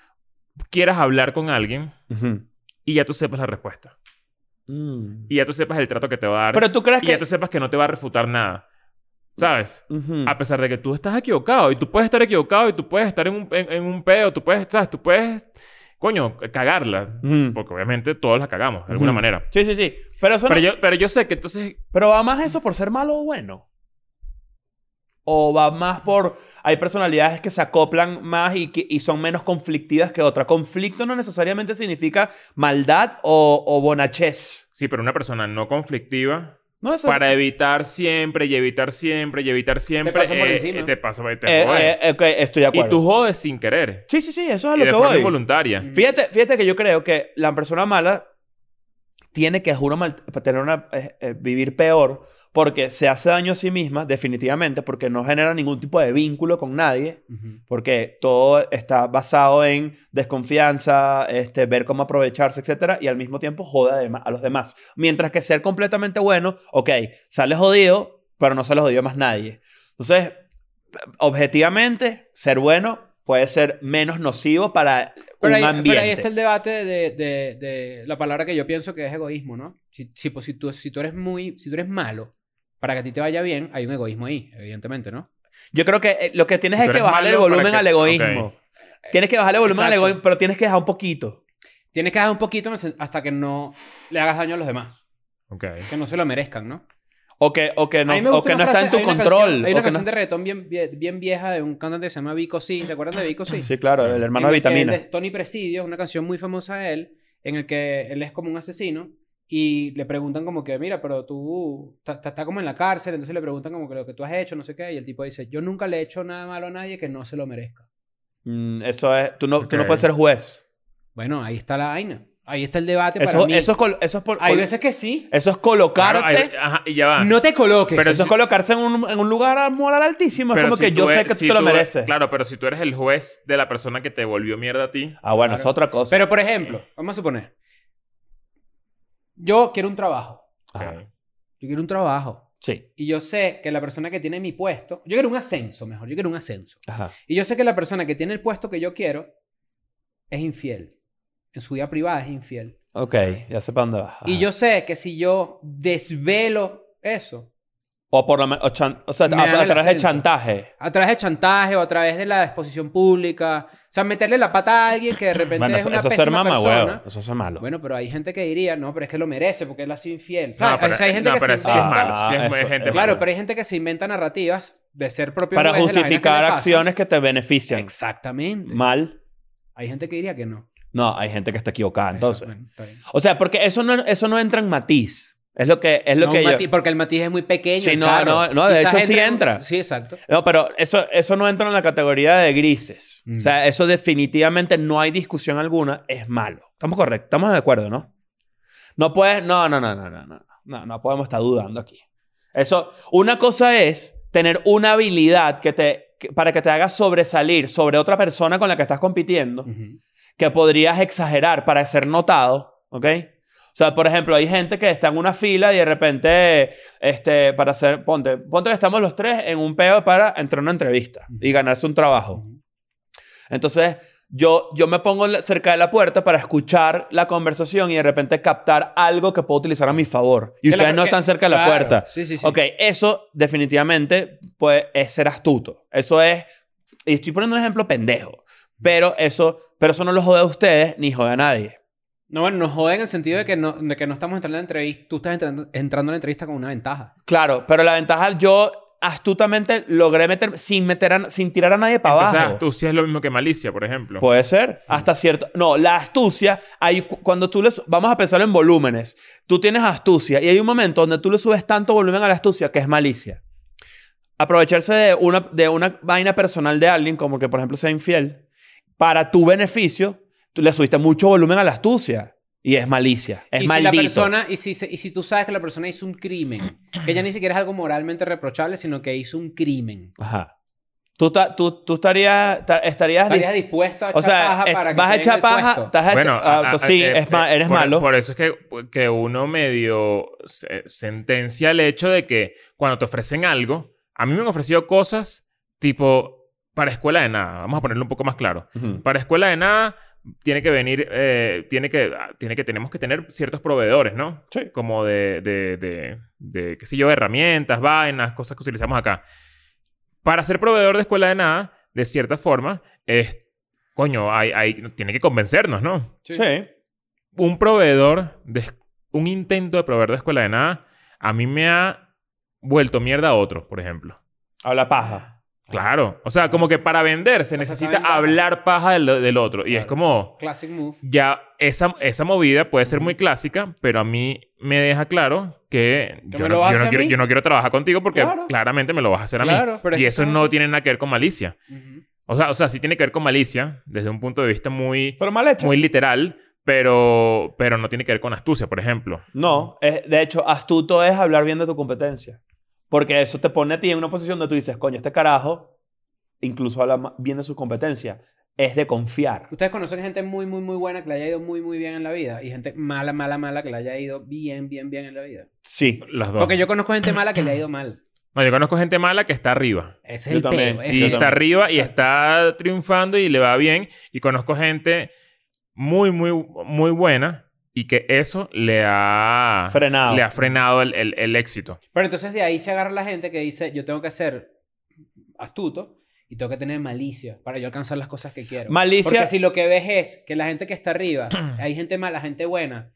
quieras hablar con alguien
Ujú.
y ya tú sepas la respuesta.
Mm.
Y ya tú sepas el trato que te va a dar.
Pero tú crees
y
que...
ya tú sepas que no te va a refutar nada. ¿Sabes?
Ujú.
A pesar de que tú estás equivocado y tú puedes estar equivocado y tú puedes estar en un, en, en un peo, tú puedes, ¿sabes? Tú puedes, coño, cagarla.
Ujú.
Porque obviamente todos la cagamos de alguna
Ujú.
manera.
Sí, sí, sí. Pero, eso no-
Pero yo, pero yo sé que entonces,
Pero va más eso por ser malo o bueno. O va más por. Hay personalidades que se acoplan más y, que, y son menos conflictivas que otra. Conflicto no necesariamente significa maldad o, o bonachés.
sí, pero una persona no conflictiva,
No es
para evitar siempre y evitar siempre y evitar siempre,
pasa por
eh,
encima.
eh, te pasa por- te
Eh,
jodes.
eh, ok, estoy de
y
acuerdo.
tú jodes sin querer.
Sí, sí, sí, eso es a
Y
lo
de
que
forma
voy.
involuntaria.
Mm.
Fíjate, fíjate que yo creo que la persona mala tiene que, juro, mal- tener una, eh, eh, vivir peor porque se hace daño a sí misma, definitivamente, porque no genera ningún tipo de vínculo con nadie.
Ujú.
Porque todo está basado en desconfianza, este, ver cómo aprovecharse, etcétera, y al mismo tiempo joda adem- a los demás. Mientras que ser completamente bueno, ok, sale jodido, pero no sale jodido a más nadie. Entonces, objetivamente, ser bueno puede ser menos nocivo para
Pero,
un
ahí,
ambiente.
pero ahí está el debate de, de- de la palabra que yo pienso que es egoísmo, ¿no? Si, si, pues, si tú, si tú eres muy, si tú eres malo, para que a ti te vaya bien, hay un egoísmo ahí, evidentemente, ¿no?
Yo creo que eh, lo que tienes
Si
es
tú
que
eres
bajarle el
malo, para
volumen
que-
al egoísmo. Tienes que bajarle el volumen al
Exacto.
egoísmo, pero tienes que dejar un poquito.
Tienes que dejar un poquito en el sen- hasta que no le hagas daño a los demás,
Ok.
que no se lo merezcan, ¿no?
O que, o que no,
A mí me gusta
o que
una
no está
frase-
en tu
hay una
control.
canción- hay
o que
una
no-
canción de reggaetón bien, bien, bien vieja de un cantante que se llama Vico C. ¿Se acuerdan de Vico C?
Sí, claro, el hermano de
en el que
vitamina.
él es Tony Presidio, es una canción muy famosa de él, en el que él es como un asesino y le preguntan como que, mira, pero tú estás como en la cárcel, entonces le preguntan como que lo que tú has hecho, no sé qué, y el tipo dice, yo nunca le he hecho nada malo a nadie que no se lo merezca.
Mm, eso es. Tú no, tú no
Ok.
puedes ser juez.
Bueno, ahí está la vaina, ahí está el debate para
Eso,
mí.
eso es, col- eso es por-
Hay
col-
veces que sí,
eso es colocarte.
Claro, ahí- ajá, y ya va.
no te coloques.
Pero
eso es colocarse en un, en un lugar moral altísimo. es como
si
que
tú
yo sé
eres-
que
si
tú te lo
eres-
mereces.
Claro, pero si tú eres el juez de la persona que te volvió mierda a ti,
Ah, bueno,
Claro.
es otra cosa.
Pero, por ejemplo, vamos a suponer, yo quiero un trabajo,
Ajá,
ok.
yo quiero un trabajo,
Sí.
y yo sé que la persona que tiene mi puesto, yo quiero un ascenso, mejor, yo quiero un ascenso.
Ajá.
Y yo sé que la persona que tiene el puesto que yo quiero es infiel. En su vida privada es infiel.
Ok, ya sé para dónde vas.
Y
Ajá.
yo sé que si yo desvelo eso,
O por lo menos. O, chan- o sea,
Me
a,
dan
a
el
través de
ascenso.
chantaje.
a través de chantaje o a través de la exposición pública, o sea, meterle la pata a alguien que de repente
Bueno,
es
eso,
una
eso es
pésima
ser mamá,
persona.
huevo. Eso es ser malo.
Bueno, pero hay gente que diría, no, pero es que lo merece porque él ha sido infiel.
No,
¿Sabes?
pero-
O sea, hay gente
no,
que se
pero eso sí es
inventa-
malo. sí es
Ah,
muy-
eso-
gente
Claro,
mala.
pero hay gente que se inventa narrativas de ser propio
para
juez de la vaina que le
justificar
pasa.
acciones que te benefician.
Exactamente.
Mal.
Hay gente que diría que no.
No, hay gente que está equivocada. Entonces.
Eso, bueno, está bien.
O sea, porque eso no, eso no entra en matiz. Es lo que, es lo
No,
que
un
yo.
matiz- porque el matiz es muy pequeño.
Sí,
es
no,
caro.
no, no, de
Quizás
hecho sí
en un-
entra.
Sí, exacto.
No, pero eso, eso no entra en la categoría de grises.
Mm.
O sea, eso definitivamente no hay discusión alguna. Es malo. Estamos correctos. Estamos de acuerdo, ¿no? No puedes... No, no, no, no, no, no. No, no podemos estar dudando aquí. Eso... Una cosa es tener una habilidad que te... que- para que te haga sobresalir sobre otra persona con la que estás compitiendo que podrías exagerar para ser notado, ¿ok? O sea, por ejemplo, hay gente que está en una fila y de repente, este, para hacer, ponte, ponte que estamos los tres en un peo para entrar a una entrevista y ganarse un trabajo. Entonces, yo, yo me pongo la- cerca de la puerta para escuchar la conversación y de repente captar algo que puedo utilizar a mi favor. Y
Que la-
ustedes no
que-
están cerca de la
claro.
puerta.
Sí, sí, sí.
Ok, eso definitivamente pues, es ser astuto. Eso es. Y estoy poniendo un ejemplo pendejo. Pero eso, pero eso no lo jode a ustedes ni jode a nadie.
No, bueno, nos joden en el sentido de que no, de que no estamos entrando en la entrevista. Tú estás entrando, entrando en la entrevista con una ventaja.
Claro, pero la ventaja yo astutamente logré meter sin meter a- sin tirar a nadie para
O sea,
abajo. Pues,
astucia ah, es lo mismo que malicia, por ejemplo.
Puede ser, hasta cierto. No, la astucia, hay, cu- cuando tú le. su- Vamos a pensar en volúmenes. Tú tienes astucia y hay un momento donde tú le subes tanto volumen a la astucia que es malicia. Aprovecharse de una, de una vaina personal de alguien, como que por ejemplo sea infiel, para tu beneficio, tú le subiste mucho volumen a la astucia y es malicia. Es
y
maldito.
si la persona, y si, se- y si tú sabes que la persona hizo un crimen, que ya ni siquiera es algo moralmente reprochable, sino que hizo un crimen.
Ajá. Tú, ta- tú, tú estarías, ta- estarías,
¿Estarías dispuesto a echar
o sea,
paja
es-
para que
vas
te
a
den
echar
el
paja,
puesto?
estás a-
Bueno,
ah,
a- a-
sí,
eh,
es, ma-
eh,
eres
por-
malo.
Por eso es que, que uno medio se- sentencia el hecho de que cuando te ofrecen algo, a mí me han ofrecido cosas tipo para escuela de nada. Vamos a ponerlo un poco más claro.
Ujú.
Para escuela de nada tiene que venir, eh, tiene que, ah, tiene que, tenemos que tener ciertos proveedores, ¿no?
Sí.
Como de, de, de, de, qué sé yo, herramientas, vainas, cosas que utilizamos acá. Para ser proveedor de escuela de nada, de cierta forma, es, coño, hay, hay, tiene que convencernos, ¿no?
Sí.
un proveedor, de, un intento de proveedor de escuela de nada, a mí me ha vuelto mierda a otro, por ejemplo.
Habla paja.
Claro. O sea, como que para vender se
O sea,
necesita
saben paja.
hablar paja del, del otro. Y es
Claro.
como,
Classic move.
ya esa, esa movida puede ser muy clásica, pero a mí me deja claro que
Que
yo,
me
no,
lo vas a
yo no
hacer a
quiero,
mí.
yo no quiero trabajar contigo porque
Claro.
claramente me lo vas a hacer a mí.
Claro, pero es
y
que
eso
eso es
no
así.
tiene nada que ver con malicia.
Ujú.
O sea, o sea, sí tiene que ver con malicia desde un punto de vista muy
Pero mal hecho.
muy literal, pero, pero no tiene que ver con astucia, por ejemplo.
No, es- de hecho, astuto es hablar bien de tu competencia. Porque eso te pone a ti en una posición donde tú dices, coño, este carajo, incluso habla ma- bien de su competencia. Es de confiar.
Ustedes conocen gente muy, muy, muy buena que le haya ido muy, muy bien en la vida y gente mala, mala, mala que le haya ido bien, bien, bien en la vida.
Sí.
Las dos.
Porque yo conozco gente mala que le ha ido mal.
No, yo conozco gente mala que está arriba.
Ese
Yo
es el
también, y
peo. ese
Y
es el
está
peo.
arriba y
Exacto.
está triunfando y le va bien. Y conozco gente muy, muy, muy buena y que eso le ha
Frenado.
Le ha frenado el, el- el éxito.
Pero entonces de ahí se agarra la gente que dice, yo tengo que ser astuto y tengo que tener malicia para yo alcanzar las cosas que quiero.
Malicia-
Porque si lo que ves es que la gente que está arriba, hay gente mala, gente buena,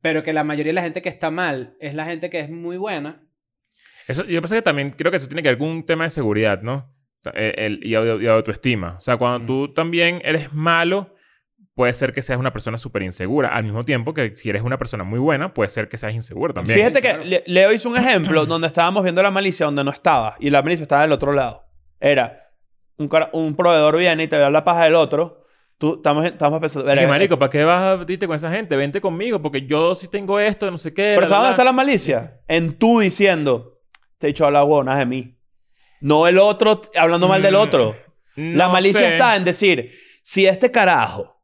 pero que la mayoría de la gente que está mal es la gente que es muy buena.
Eso, yo pienso que también creo que eso tiene que ver con un tema de seguridad, ¿no? Eh, el- y, auto- y autoestima. O sea, cuando
Mm.
tú también eres malo, puede ser que seas una persona súper insegura. Al mismo tiempo que si eres una persona muy buena, puede ser que seas insegura también.
Fíjate que
Claro.
Le- Leo hizo un ejemplo donde estábamos viendo la malicia donde no estaba. Y la malicia estaba del otro lado. Era un, cara- un proveedor viene y te da la paja del otro. Tú, estamos, estamos pensando...
Y
verga,
que, marico, ¿para qué vas a irte con esa gente? Vente conmigo, porque yo sí tengo esto, no sé qué.
Pero
la,
¿sabes
la,
dónde está
la.
la malicia? En tú diciendo, te he dicho hablar huevonas de mí. No el otro t- hablando mal del
Mm,
otro. la
No
malicia
sé.
está en decir, si este carajo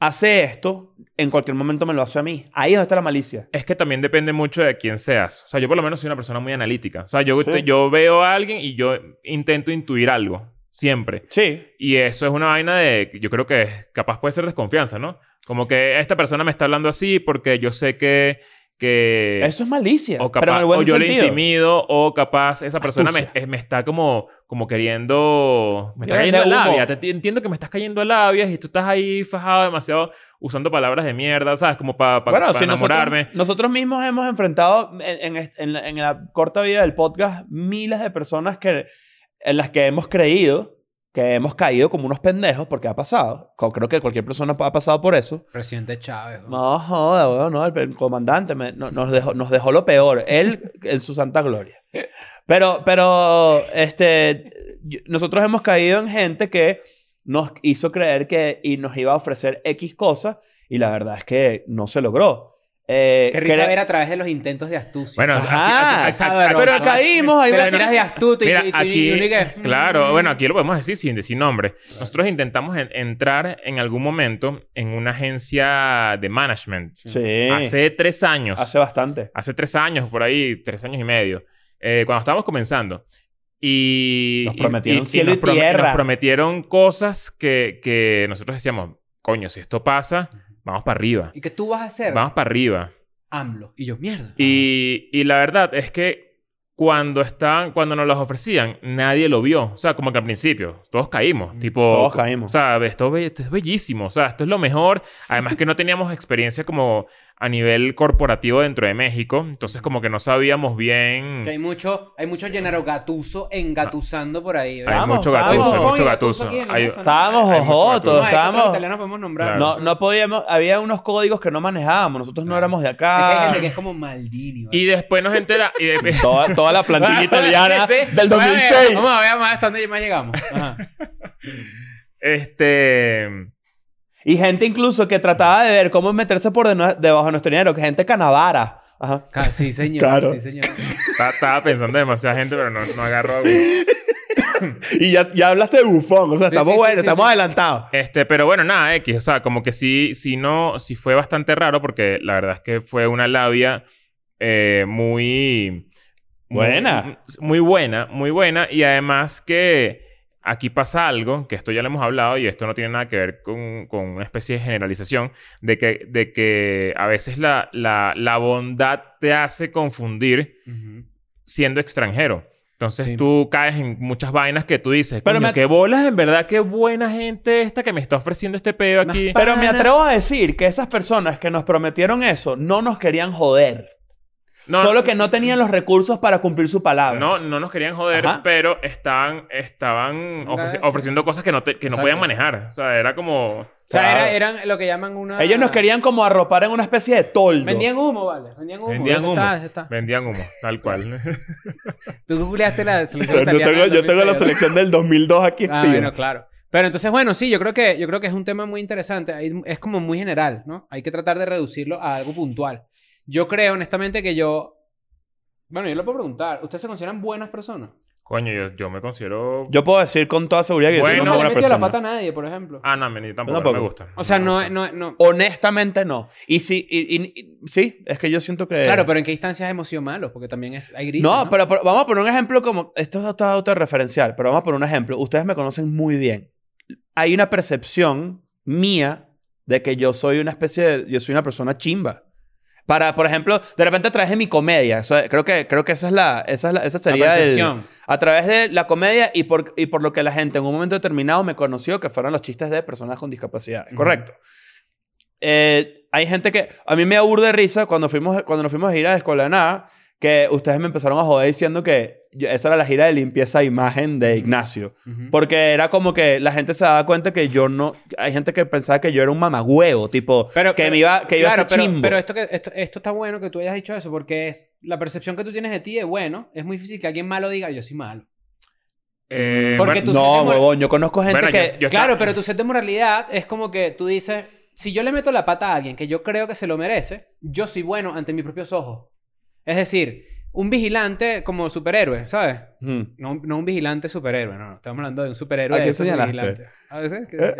hace esto, en cualquier momento me lo hace a mí. Ahí es donde está la malicia.
Es que también depende mucho de quién seas. O sea, yo por lo menos soy una persona muy analítica. O sea, yo,
Sí.
te- yo veo a alguien y yo intento intuir algo. Siempre.
Sí.
Y eso es una vaina de... Yo creo que es- capaz puede ser desconfianza, ¿no? Como que esta persona me está hablando así porque yo sé que... que
Eso es malicia.
O,
pero en
capaz,
el buen
o yo le
sentido.
intimido, o capaz esa persona me,
Astucia.
eh, me está como, como queriendo. Me está
Grande
cayendo a
humo.
labias. Te- te- entiendo que me estás cayendo a labias y tú estás ahí fajado demasiado usando palabras de mierda, ¿sabes? Como para
bueno, si
enamorarme.
Nosotros, nosotros mismos hemos enfrentado en, en est- en la, en la corta vida del podcast miles de personas que, en las que hemos creído que hemos caído como unos pendejos porque ha pasado. Co- Creo que cualquier persona ha pasado por eso.
Presidente Chávez. ¿no?
No, joda, weón, no, el, el comandante me- no- nos, dejó, nos dejó lo peor, él en su santa gloria. Pero, pero, este, yo- nosotros hemos caído en gente que nos hizo creer que y nos iba a ofrecer X cosas y la verdad es que no se logró. Eh,
Qué risa
cre-
ver a través de los intentos de astucia.
Bueno, aquí-
Ajá,
aquí- aquí-
Sabe,
aquí-
pero
Roberto,
caímos, ahí
te
va
la
a ser-
tiras de astuto y,
Mira,
y- y- y
aquí,
uno "Mm, y que,
claro, bueno, aquí lo podemos decir sin, sin nombre. Nosotros intentamos en- entrar en algún momento en una agencia de management.
Sí, hace,
Hace tres años.
bastante.
hace tres años, por ahí, tres años y medio, eh, cuando estábamos comenzando. Y
Nos
y-
prometieron cielo y
nos prome-
tierra.
nos prometieron cosas que, que nosotros decíamos, coño, si esto pasa, vamos para arriba.
¿Y que tú vas a hacer?
Vamos para arriba.
AMLO. Y yo, mierda.
Y, y la verdad es que cuando estaban, cuando nos las ofrecían, nadie lo vio. O sea, como que al principio, todos caímos. Tipo,
Mm. Todos
co- O
caímos.
sea, esto, be- esto es bellísimo. O sea, esto es lo mejor. Además que no teníamos experiencia como a nivel corporativo dentro de México. Entonces, como que no sabíamos bien.
Que hay mucho, hay mucho Gennaro Gatuso engatusando por
Hay
ahí. ¿verdad?
Vamos,
mucho gatuso,
vamos.
hay mucho
Gatuso
gatuso.
aquí en la
Hay-
mesa, ¿no?
Estábamos
Hay mucho
jojotos,
gatuso.
No, hay cosas que
estábamos...
italianos podemos nombrar.
Claro.
No, no podíamos... Había unos códigos que no manejábamos. Nosotros no
Claro.
éramos de
Es que hay
acá.
gente que es como Maldini. ¿vale?
Y después nos entera. y de-
Toda, toda la plantilla italiana
Ah, Sí, sí.
del
Vamos a ver,
2006.
Vamos a ver más hasta dónde más llegamos. Ajá.
este.
Y gente incluso que trataba de ver cómo meterse por deno- debajo de nuestro dinero. que Gente canavara. Ajá.
Ca- Sí, señor.
Claro.
Sí, señor.
ta- Estaba pensando demasiada gente, pero no, no agarro a uno.
Y ya, ya hablaste de bufón. O sea,
Sí,
estamos
sí, sí,
buenos,
sí,
estamos
sí.
adelantados.
Este, pero bueno, nada, X. O sea, como que sí, sí no, sí fue bastante raro porque la verdad es que fue una labia eh, muy... muy-
Buena.
Muy, buena, muy buena. Y además que aquí pasa algo, que esto ya lo hemos hablado y esto no tiene nada que ver con, con una especie de generalización, de que, de que a veces la, la, la bondad te hace confundir
Ujú.
siendo extranjero. Entonces
Sí.
tú caes en muchas vainas que tú dices,
Pero
coño,
me-
qué bolas, en verdad, qué buena gente esta que me está ofreciendo este pedo
Más
aquí.
pa-
Pero me
Pana.
atrevo a decir que esas personas que nos prometieron eso no nos querían joder.
No,
Solo que no tenían los recursos para cumplir su palabra.
no, no nos querían joder,
Ajá.
pero estaban, estaban ofreci-
Una-
ofreciendo cosas que no, te- que no
Exacto.
podían manejar. O sea, era como...
O sea, era-
Claro.
eran lo que llaman una.
Ellos nos querían como arropar en una especie de toldo.
Vendían humo, vale. Vendían humo.
Vendían
Eso
humo.
está, eso está.
Vendían humo, tal cual.
Tú googleaste la selección
Yo
italiana
tengo,
del
yo tengo la
2006,
selección del 2002 aquí.
Ah,
tío.
bueno, claro. Pero entonces, bueno, sí, yo creo que, yo creo que es un tema muy interesante. Ahí Es como muy general, ¿no? Hay que tratar de reducirlo a algo puntual. Yo creo, honestamente, que yo. Bueno, yo lo puedo preguntar. ¿Ustedes se consideran buenas personas?
Coño, yo, yo me considero...
Yo puedo decir con toda seguridad que yo soy
Bueno.
una
no le
buena
he metido
persona.
la pata a nadie, por ejemplo.
Ah, no, a mí tampoco,
Yo tampoco.
no me gusta.
o sea,
me
no,
gusta.
no, no.
Honestamente no. Y sí, y- y- y- sí, es que yo siento que...
Claro, pero ¿en qué instancias es emoción malo? Porque también es- hay
Eh.
grises.
no, pero, pero vamos a poner un ejemplo como... Esto es auto- autorreferencial, pero vamos a poner un ejemplo. Ustedes me conocen muy bien. Hay una percepción mía de que yo soy una especie de... Yo soy una persona chimba. Para, por ejemplo, de repente traje mi comedia. Eso, creo, que, creo que esa es la... Esa, es la- esa
La
sería el-
percepción.
a través de la comedia y por, y por lo que la gente en un momento determinado me conoció que fueron los chistes de personas con discapacidad.
Ujú.
Correcto. Eh, hay gente que... A mí me aburre de risa cuando, fuimos, cuando nos fuimos a gira de Escuela de Nada que ustedes me empezaron a joder diciendo que yo- esa era la gira de limpieza de imagen de Ignacio.
Ujú.
Porque era como que la gente se daba cuenta que yo no... Hay gente que pensaba que yo era un mamagüevo, tipo...
Pero-
que
pero-
me iba, que iba a
claro,
ser
pero,
chimbo.
Pero esto, que, esto, esto está bueno que tú hayas dicho eso, porque es la percepción que tú tienes de ti es bueno. Es muy difícil que alguien malo diga, yo soy malo.
Eh,
Porque
bueno,
tú-
no,
se te-
huevón. Yo conozco gente
bueno, yo-
que...
yo estaba-
claro, pero tu set de moralidad es como que tú dices, si yo le meto la pata a alguien que yo creo que se lo merece, yo soy bueno ante mis propios ojos. Es decir, un vigilante como superhéroe, ¿sabes?
Mm.
No, no un vigilante superhéroe, no, no. Estamos hablando de un superhéroe.
¿A quién
de esos de
señalaste?
vigilante. A veces. que- que-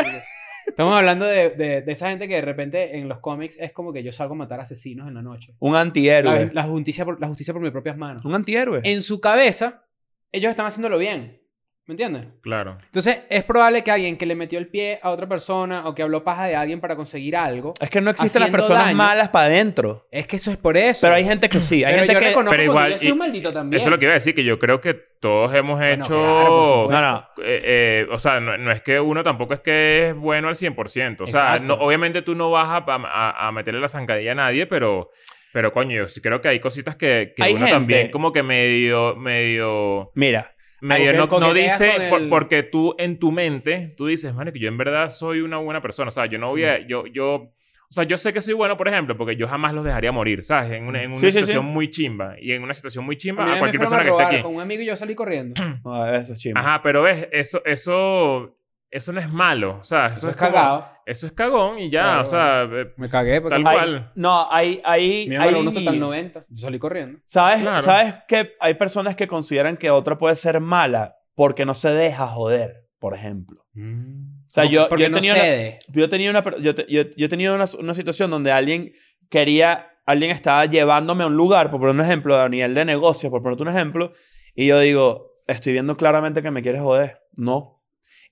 Estamos hablando de, de- de esa gente que de repente en los cómics es como que yo salgo a matar asesinos en la noche.
Un
La,
antihéroe.
la justicia por, la justicia por mis propias manos.
Un antihéroe.
En su cabeza, ellos están haciéndolo bien. ¿Me entiendes?
Claro.
Entonces, es probable que alguien que le metió el pie a otra persona o que habló paja de alguien para conseguir algo.
Es que no existen las
haciendo
personas
daño.
malas para adentro.
Es que eso es por eso.
Pero hay gente que sí. Hay
Pero
gente
yo
que...
reconozco
Pero
porque
igual,
yo soy un
y-
maldito también.
Eso es lo que iba a decir, que yo creo que todos hemos
Bueno,
hecho...
claro, por supuesto.
No, no.
Eh, eh, o sea, no, no es que uno tampoco es que es bueno al 100%. O sea,
Exacto.
no- obviamente tú no vas a, a- a meterle la zancadilla a nadie, pero, pero coño, yo sí creo que hay cositas que, que
Hay
uno
gente.
también como que medio, medio,
Mira.
medio
que
no, no
coqueteas
dice,
con
por-
el-
porque tú en tu mente, tú dices, mano, que yo en verdad soy una buena persona. O sea, yo no voy a, yo, yo, o sea, yo sé que soy bueno, por ejemplo, porque yo jamás los dejaría morir, ¿sabes? En una, en una
Sí, sí,
situación muy chimba. Y en una situación muy
A
chimba
mí
a,
me
cualquier
fueron
persona
a
que esté
robar
aquí.
Con un amigo y yo salí corriendo.
No, eso es chimbo.
Ajá, pero ves, eso, eso, eso no es malo. O sea, eso,
Eso
es,
es
como-
cagado.
Eso es cagón y ya,
Claro,
o sea, eh,
Me cagué porque
tal
Ay,
cual.
No, hay... hay,
mi
hay-
hermano uno total 90. Yo salí corriendo.
¿Sabes,
Claro.
¿Sabes que hay personas que consideran que otra puede ser mala porque no se deja joder, por ejemplo? O sea, yo,
porque
yo he
no
tenido una-
cede.
yo he tenido una, per- yo te- yo- yo he tenido una, una situación donde alguien quería, alguien estaba llevándome a un lugar, por poner un ejemplo, a nivel de negocios, por ponerte un ejemplo, y yo digo, estoy viendo claramente que me quieres joder. No.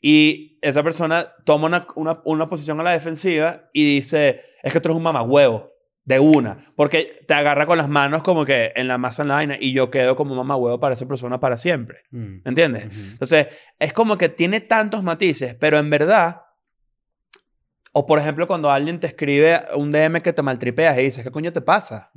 Y esa persona toma una, una, una posición a la defensiva y dice, es que tú eres un mamagüevo. De una. Porque te agarra con las manos como que en la masa en la vaina y yo quedo como mamagüevo para esa persona para siempre.
Mm.
¿Entiendes?
Ujú.
Entonces, es como que tiene tantos matices, pero en verdad, O por ejemplo, cuando alguien te escribe un DM que te maltripeas y dices, ¿qué coño te pasa?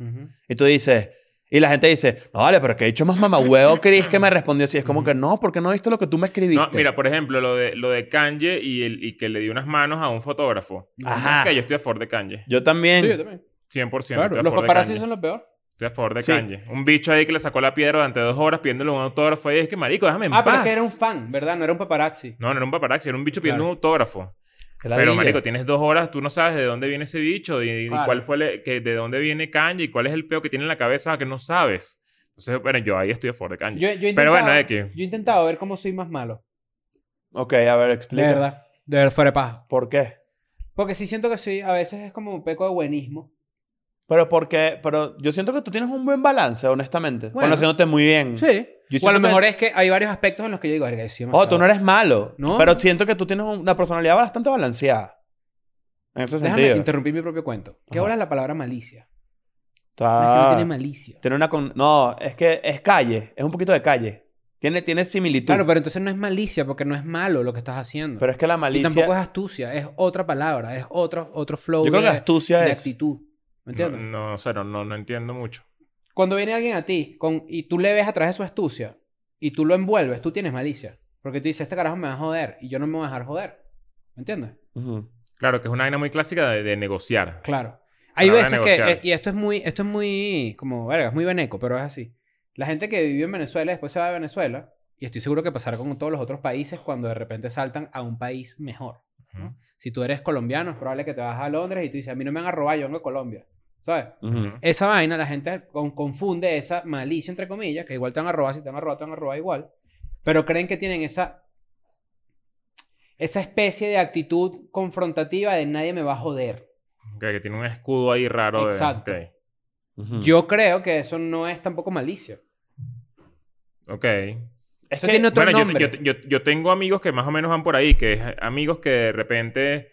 Y tú dices, y la gente dice, no vale, pero que he dicho más mamahuevo Chris que me respondió así. Es como que no, porque no viste lo que tú me escribiste.
No, mira, por ejemplo, lo de, lo de Kanye y, el, y que le dio unas manos a un fotógrafo.
Ajá.
Es que yo estoy a favor de Kanye.
Yo también.
Sí, yo también.
100%. estoy
Claro,
a
los
favor de
paparazzi
Kanye.
son los peor.
Estoy a favor de
Sí.
Kanye. Un bicho ahí que le sacó la piedra durante dos horas pidiéndole un autógrafo. Y es que, marico, déjame en
Ah, pero
paz.
es que era un fan, ¿verdad? No era un paparazzi.
No, no era un paparazzi. Era un bicho pidiendo
Claro.
un autógrafo.
Qué
Pero,
ladilla.
marico, tienes dos horas. Tú no sabes de dónde viene ese bicho. Y, y
Claro.
cuál fue el- que, de dónde viene Kanye. Y cuál es el peo que tiene en la cabeza que no sabes. Entonces, bueno, yo ahí estoy a favor de Kanye.
Yo, yo he
Pero bueno,
intentado-
es que-
Yo he intentado ver cómo soy más malo.
Ok, a ver,
De
explica.
verdad. De ver fuera de paja.
¿Por qué?
Porque sí siento que soy, a veces es como un peco de buenismo.
Pero porque, pero yo siento que tú tienes un buen balance, honestamente.
Bueno.
Conociéndote muy
Mm.
bien.
Sí.
Yo
O a
siento
lo
que-
mejor es que hay varios aspectos en los que yo digo, "Verga, yo soy
Oh,
demasiado-
tú no eres malo.
No.
Pero siento que tú tienes una personalidad bastante balanceada. En ese
Déjame
sentido.
interrumpir mi propio cuento. ¿Qué
Ajá. Ah.
bola es la palabra malicia?
Está-
Es que no tiene malicia.
tiene una con- No, es que es calle. Es un poquito de calle. Tiene, tiene similitud.
Claro,
pero...
pero entonces no es malicia porque no es malo lo que estás haciendo.
es que la
Y
malicia...
tampoco es astucia, es otra palabra, es otro, otro flow
Yo creo que
de,
astucia
de
es...
actitud.
no,
¿Me entiendes?
no, o sea, no, no, no entiendo mucho.
Cuando viene alguien a ti con, y tú le ves a través de su astucia y tú lo envuelves, tú tienes malicia. Porque tú dices, este carajo me va a joder y yo no me voy a dejar joder. ¿Me entiendes?
Ujú.
Claro, que es una vaina muy clásica de, de negociar.
Claro. Hay
Pero ahora
veces que,
negociar.
eh, y esto es muy, esto es muy, como, verga, es muy veneco, pero es así. La gente que vivió en Venezuela después se va de Venezuela, y estoy seguro que pasará con todos los otros países cuando de repente saltan a un país mejor. ¿no?
Ujú.
Si tú eres colombiano, es probable que te vas a Londres y tú dices, a mí no me van a robar, yo vengo de Colombia. ¿Sabes?
Ujú.
Esa vaina, la gente con- confunde esa malicia, entre comillas, que igual te van a robar, si te van a robar, te van a robar igual. Pero creen que tienen esa, esa especie de actitud confrontativa de nadie me va a joder.
Ok, que tiene un escudo ahí raro. de-
Exacto.
ok.
Ujú.
Yo creo que eso no es tampoco malicia.
Ok.
Es
Eso
que-
tiene otro
Bueno, yo-
nombre.
yo, yo, yo tengo amigos que más o menos van por ahí, que es amigos que de repente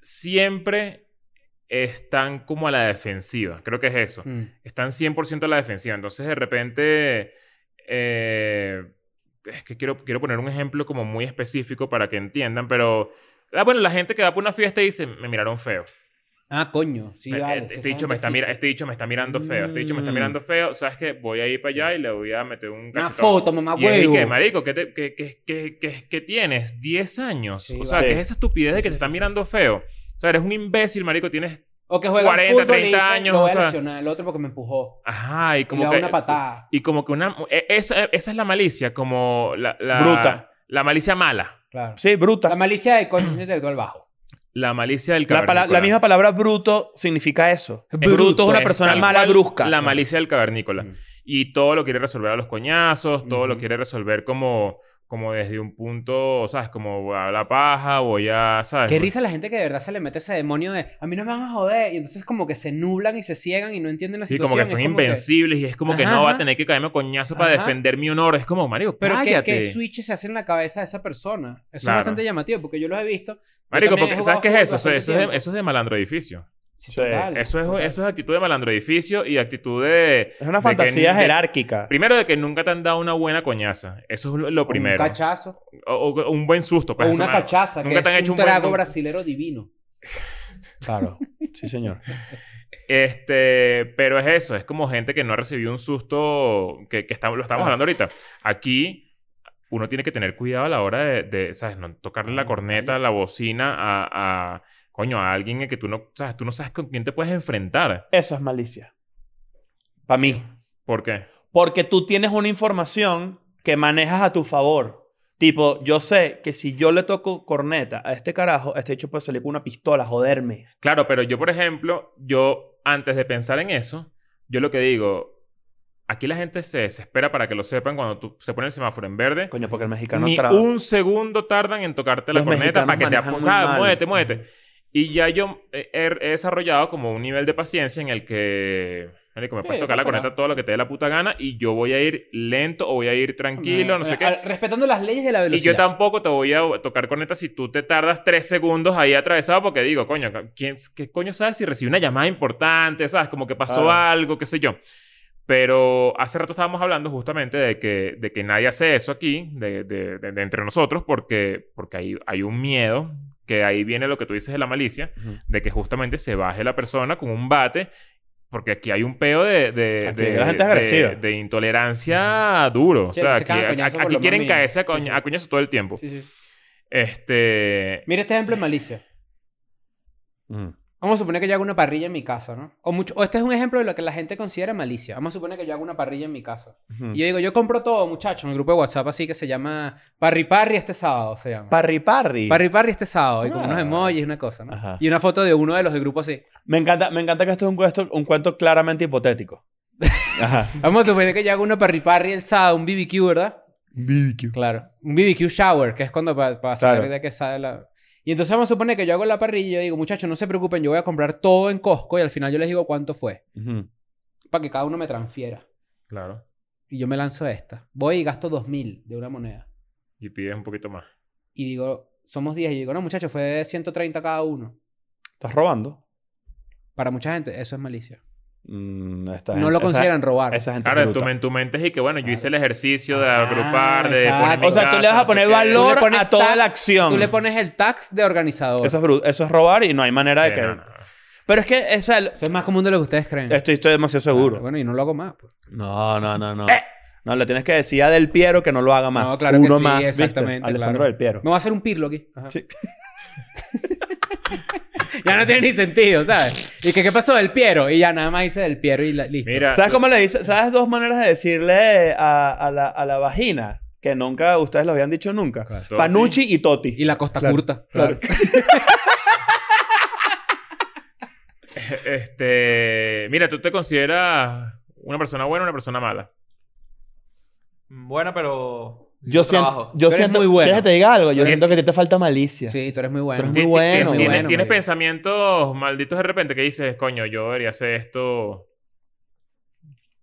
siempre están como a la defensiva. Creo que es eso.
Mm.
Están 100% a la defensiva. Entonces, de repente, eh, es que quiero, quiero poner un ejemplo como muy específico para que entiendan, pero... ah, bueno, la gente que va por una fiesta y dice, me miraron feo.
Ah, coño. Sí,
Me-
vale,
este,
esa
dicho me
gente
está
sí.
mira- este dicho me está mirando feo. Este dicho me está
Mm.
mirando feo. ¿Sabes qué? Voy a ir para allá y le voy a meter un
Una
cachetón.
foto, mamá
Y es y
huevo.
que, marico, ¿qué, te- qué- qué- qué- qué- qué tienes? 10 años.
Sí,
o sea,
vale.
¿qué es esa estupidez de que te están mirando feo? O sea, eres un imbécil, marico. Tienes...
o que juega
40,
fútbol y
30
dice,
años,
Lo
o
voy a
sea.
lesionar al otro porque me empujó.
Ajá, y
Y le
como
da
que... eh,
una patada.
Y como que una... e- Esa, esa es la malicia, como la... la-
Bruta.
La malicia mala.
Claro.
Sí, bruta.
La malicia del coeficiente intelectual bajo.
La malicia del
La, pala-
cavernícola.
la misma palabra bruto significa eso.
Bruto,
Bruto, es una
Es
persona
tal
mala,
cual
brusca.
La malicia del cavernícola.
Mm.
Y todo lo quiere resolver a los coñazos, todo lo
Ujú.
quiere resolver como... Como desde un punto, ¿sabes? Como voy a la paja, voy a, ¿sabes?
Qué risa la gente que de verdad se le mete ese demonio de a mí no me van a joder. Y entonces como que se nublan y se ciegan y no entienden la
Sí,
situación.
como que
Es
son invencibles y es como que
Ajá,
no va a
ajá.
tener que caerme coñazo para
Ajá.
defender mi honor. Es como, marico,
Pero ¿qué,
cállate.
qué switches se hace en la cabeza de esa persona? Eso
Claro.
es bastante llamativo porque yo los he visto.
marico,
también he
porque,
jugado
¿sabes qué es
fútbol
eso? Eso,
bastante
eso es
tiempo.
de, eso es de malandro edificio.
Sí,
Sí.
total,
Eso es,
total.
eso es actitud de malandro edificio y actitud de...
Es
de
una
que
fantasía
ni- de-
jerárquica.
Primero, de que nunca te han dado una buena coñaza. Eso es lo, lo
O
primero.
Un cachazo.
O, o- o un buen susto. pues,
o
eso
una
me-
cachaza,
nunca
que
te han
es
hecho
un
un buen-
trago
nunca-
brasilero divino.
Claro. Sí, señor.
Este, pero es eso, es como gente que no ha recibido un susto que, que estamos, lo estamos
Ah.
hablando ahorita. Aquí uno tiene que tener cuidado a la hora de, de, ¿sabes? No tocarle la
Ah,
corneta, la bocina a, a- coño, a alguien que tú no, ¿sabes? Tú no sabes con quién te puedes enfrentar.
Eso es malicia. Para mí.
¿Por qué?
Porque tú tienes una información que manejas a tu favor. Tipo, yo sé que si yo le toco corneta a este carajo, este hecho puede salir con una pistola, joderme.
Claro, pero yo, por ejemplo, yo antes de pensar en eso, yo lo que digo, aquí la gente se desespera para que lo sepan cuando tú, se pone el semáforo en verde.
Coño, porque el mexicano
Ni
traba.
un segundo tardan en tocarte la
Los
corneta
mexicanos
para que te
manejan muy
apuntes.
mal.
Muévete, muévete. Y ya yo eh, he, he desarrollado como un nivel de paciencia en el que, marico, me
Sí,
puedes tocar la
no pasa
corneta todo lo que te dé la puta gana y yo voy a ir lento o voy a ir tranquilo, no sé qué.
Al- Ah, Respetando las leyes de la
Y
velocidad.
yo tampoco te voy a tocar corneta si tú te tardas tres segundos ahí atravesado porque digo, coño, ¿quién, ¿qué coño sabes si recibí una llamada importante? ¿Sabes? Como que pasó
Claro.
algo, qué sé yo. Pero hace rato estábamos hablando justamente de que, de que nadie hace eso aquí, de, de- de- de entre nosotros, porque, porque hay, hay un miedo, que ahí viene lo que tú dices de la malicia,
Ujú.
de que justamente se baje la persona con un bate, porque aquí hay un peo de, de,
Aquí
de-
la gente es
de-
agresiva.
de intolerancia duro. O
Sí,
sea,
que se
aquí,
cagan a
aquí-
coñazo por
aquí
lo
quieren
más mínimo.
caerse a,
Sí,
coña-
sí.
a coñazo todo el tiempo.
Sí, sí.
Este...
Mira este ejemplo en malicia.
Ujú.
Vamos a suponer que yo hago una parrilla en mi casa, ¿no? O, mucho, o este es un ejemplo de lo que la gente considera malicia. Vamos a suponer que yo hago una parrilla en mi casa.
Ujú.
Y yo digo, yo compro todo, muchachos, en el grupo de WhatsApp así que se llama Parri Parri este sábado, se llama.
Parry Parry.
Parri Parri este sábado, y con
Ah.
unos emojis, una cosa, ¿no?
Ajá.
Y una foto de uno de los del grupo así.
Me encanta, me encanta que esto es un cuento, un cuento claramente hipotético. Ajá.
Vamos a suponer que yo hago una Parri Parri el sábado, un BBQ, ¿verdad? BBQ. Claro. Un BBQ shower, que es cuando para saber
Claro.
de qué sale la... Y entonces vamos a suponer que yo hago la parrilla y yo digo, muchachos, no se preocupen, yo voy a comprar todo en Costco y al final yo les digo cuánto fue,
Ujú.
para que cada uno me transfiera.
Claro.
Y yo me lanzo esta. Voy y gasto 2.000 de una moneda.
Y pides un poquito más.
Y digo, somos 10. Y digo, no, muchachos, fue de 130 cada uno.
¿Estás robando?
Para mucha gente, eso es malicia.
Mm, esta
no
gente-
lo
esa-
consideran robar.
Esa gente es
Claro, en tu,
bruta.
men- tu mente es y que, bueno, yo hice el ejercicio de
Ah,
agrupar, de poner mi
exacto.
O sea, tú le
casa,
vas a
no sé
poner
qué.
Tú le
valor
pones
a toda
tax,
la acción.
Tú le pones el tax de organizador.
Eso es, bru- eso es robar y no hay manera
Sí,
de que...
no, no, no.
Pero es que, o sea, el-
Eso es más común de lo que ustedes creen.
estoy, estoy demasiado seguro.
Ah, Bueno, y no lo hago más. pues.
No, no, no, no. No, le tienes que decir a Del Piero que no lo haga más.
Eh. No, claro que
Uno
sí,
más, ¿viste?
exactamente,
Alessandro
claro.
Del Piero.
Me voy a hacer un pirlo aquí. Ajá.
Sí.
ya no tiene ni sentido, ¿sabes? Y que, ¿qué pasó del Piero? Y ya nada más hice del Piero y la- listo.
Mira,
¿Sabes cómo le dice? ¿Sabes dos maneras de decirle a, a la, a la vagina? Que nunca ustedes lo habían dicho nunca.
Claro.
Panucci y Toti.
Y la costa
Claro,
curta.
claro.
Este, mira, ¿tú te consideras una persona buena o una persona mala?
Mm, Buena, pero.
Yo siento,
trabajo.
yo
Tú eres
siento,
muy bueno.
¿quieres que te diga algo? Yo
Sí.
siento que a ti te falta malicia.
Sí, tú eres muy bueno.
Tú eres
Ti- ti-
bueno,
tienes-
muy
tienes,
bueno,
tienes
marico.
pensamientos malditos de repente que dices, coño, yo debería hacer esto.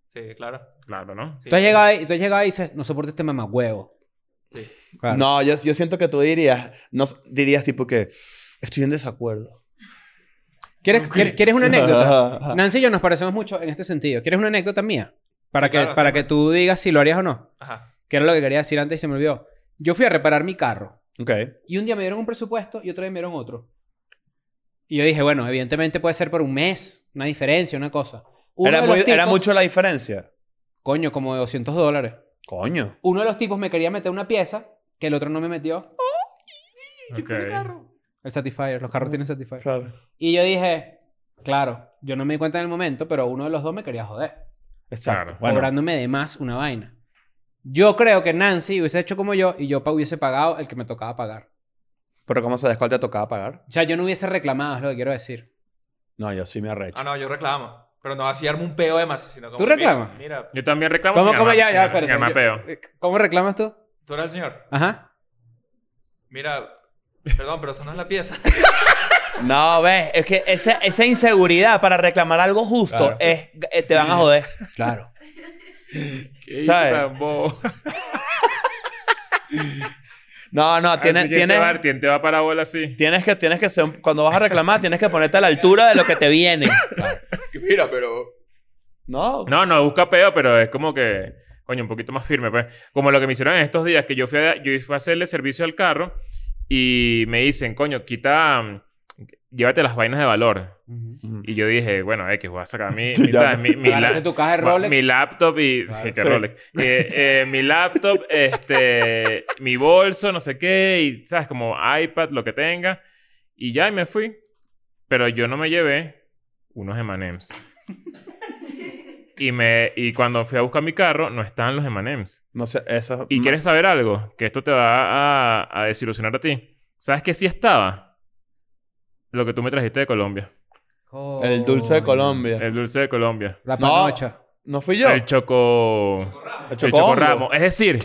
Sí, claro.
Claro, ¿no?
Sí.
Tú has llegado ahí, tú has llegado ahí y dices, no soporto este mamagüevo.
Sí.
Claro.
No, yo, yo siento que tú dirías, no, s- dirías tipo que estoy en desacuerdo.
¿Quieres, quieres- quieres una anécdota?
Ajá, ajá.
Nancy y yo nos parecemos mucho en este sentido. ¿Quieres una anécdota mía? Para,
Sí,
que,
claro,
para
siempre.
que tú digas si lo harías o no.
Ajá.
Que era lo que quería decir antes y se me olvidó. Yo fui a reparar mi carro.
Ok.
Y un día me dieron un presupuesto y otro día me dieron otro. Y yo dije, bueno, evidentemente puede ser por un mes. Una diferencia, una cosa. Uno
Era,
de
muy-
los
era
tipos-
mucho la diferencia.
Coño, como de 200 dólares.
Coño.
Uno de los tipos me quería meter una pieza que el otro no me metió.
Ok.
El Satisfyer. Los carros tienen Satisfyer.
Claro.
Y yo dije, claro, yo no me di cuenta en el momento, pero uno de los dos me quería joder,
Exacto.
Claro.
Bueno,
cobrándome de más una vaina. Yo creo que Nancy hubiese hecho como yo y yo pa- hubiese pagado el que me tocaba pagar.
pero ¿cómo sabes cuál te tocaba pagar?
O sea, yo no hubiese reclamado, es lo que quiero decir.
No, yo sí me arrecho.
Ah, no, yo reclamo. Pero no así armo un peo de más, sino como.
¿Tú reclamas?
Mira, mira,
Yo también reclamo
¿Cómo,
sin
cómo?
armar-
Ya, ya,
sin- sin
espérate.
armar peo.
Yo- eh, ¿Cómo reclamas tú?
tú eres el señor.
Ajá.
Mira, perdón, pero esa no es la pieza.
No, ves, es que esa, esa inseguridad para reclamar algo justo
Claro.
es, eh, te van a joder.
Claro.
Qué
¿Sabes?
tan bobo.
No, no,
Así
tienes,
que te va-
tienes,
¿Quién te va para bola así?
tienes que, tienes que ser, un- cuando vas a reclamar, tienes que ponerte a la altura de lo que te viene.
Mira, pero.
No,
No, no, busca peo, pero es como que, coño, un poquito más firme, pues. Como lo que me hicieron en estos días, que yo fui a, yo fui a hacerle servicio al carro y me dicen, coño, quita, mm, llévate las vainas de valor. Y yo dije, bueno, X, voy a sacar mi, mi,
Ya.
¿sabes? mi, mi la-
tu caja de Rolex.
mi laptop y... sí,
Claro.
que
Sí.
Rolex. Eh, eh, mi laptop, este... mi bolso, no sé qué. Y, ¿sabes? Como iPad, lo que tenga. Y ya, y me fui. Pero yo no me llevé unos M&M's. y, me, y cuando fui a buscar mi carro, no estaban los M&M's.
no sé, eso.
¿Y quieres saber algo? Que esto te va a, a desilusionar a ti. ¿Sabes que sí estaba? Lo que tú me trajiste de Colombia.
Coño.
El dulce de Colombia.
El dulce de Colombia.
La
No.
panocha.
No fui yo.
El choco...
El
El
chocohondo.
Chocorramo. Es decir,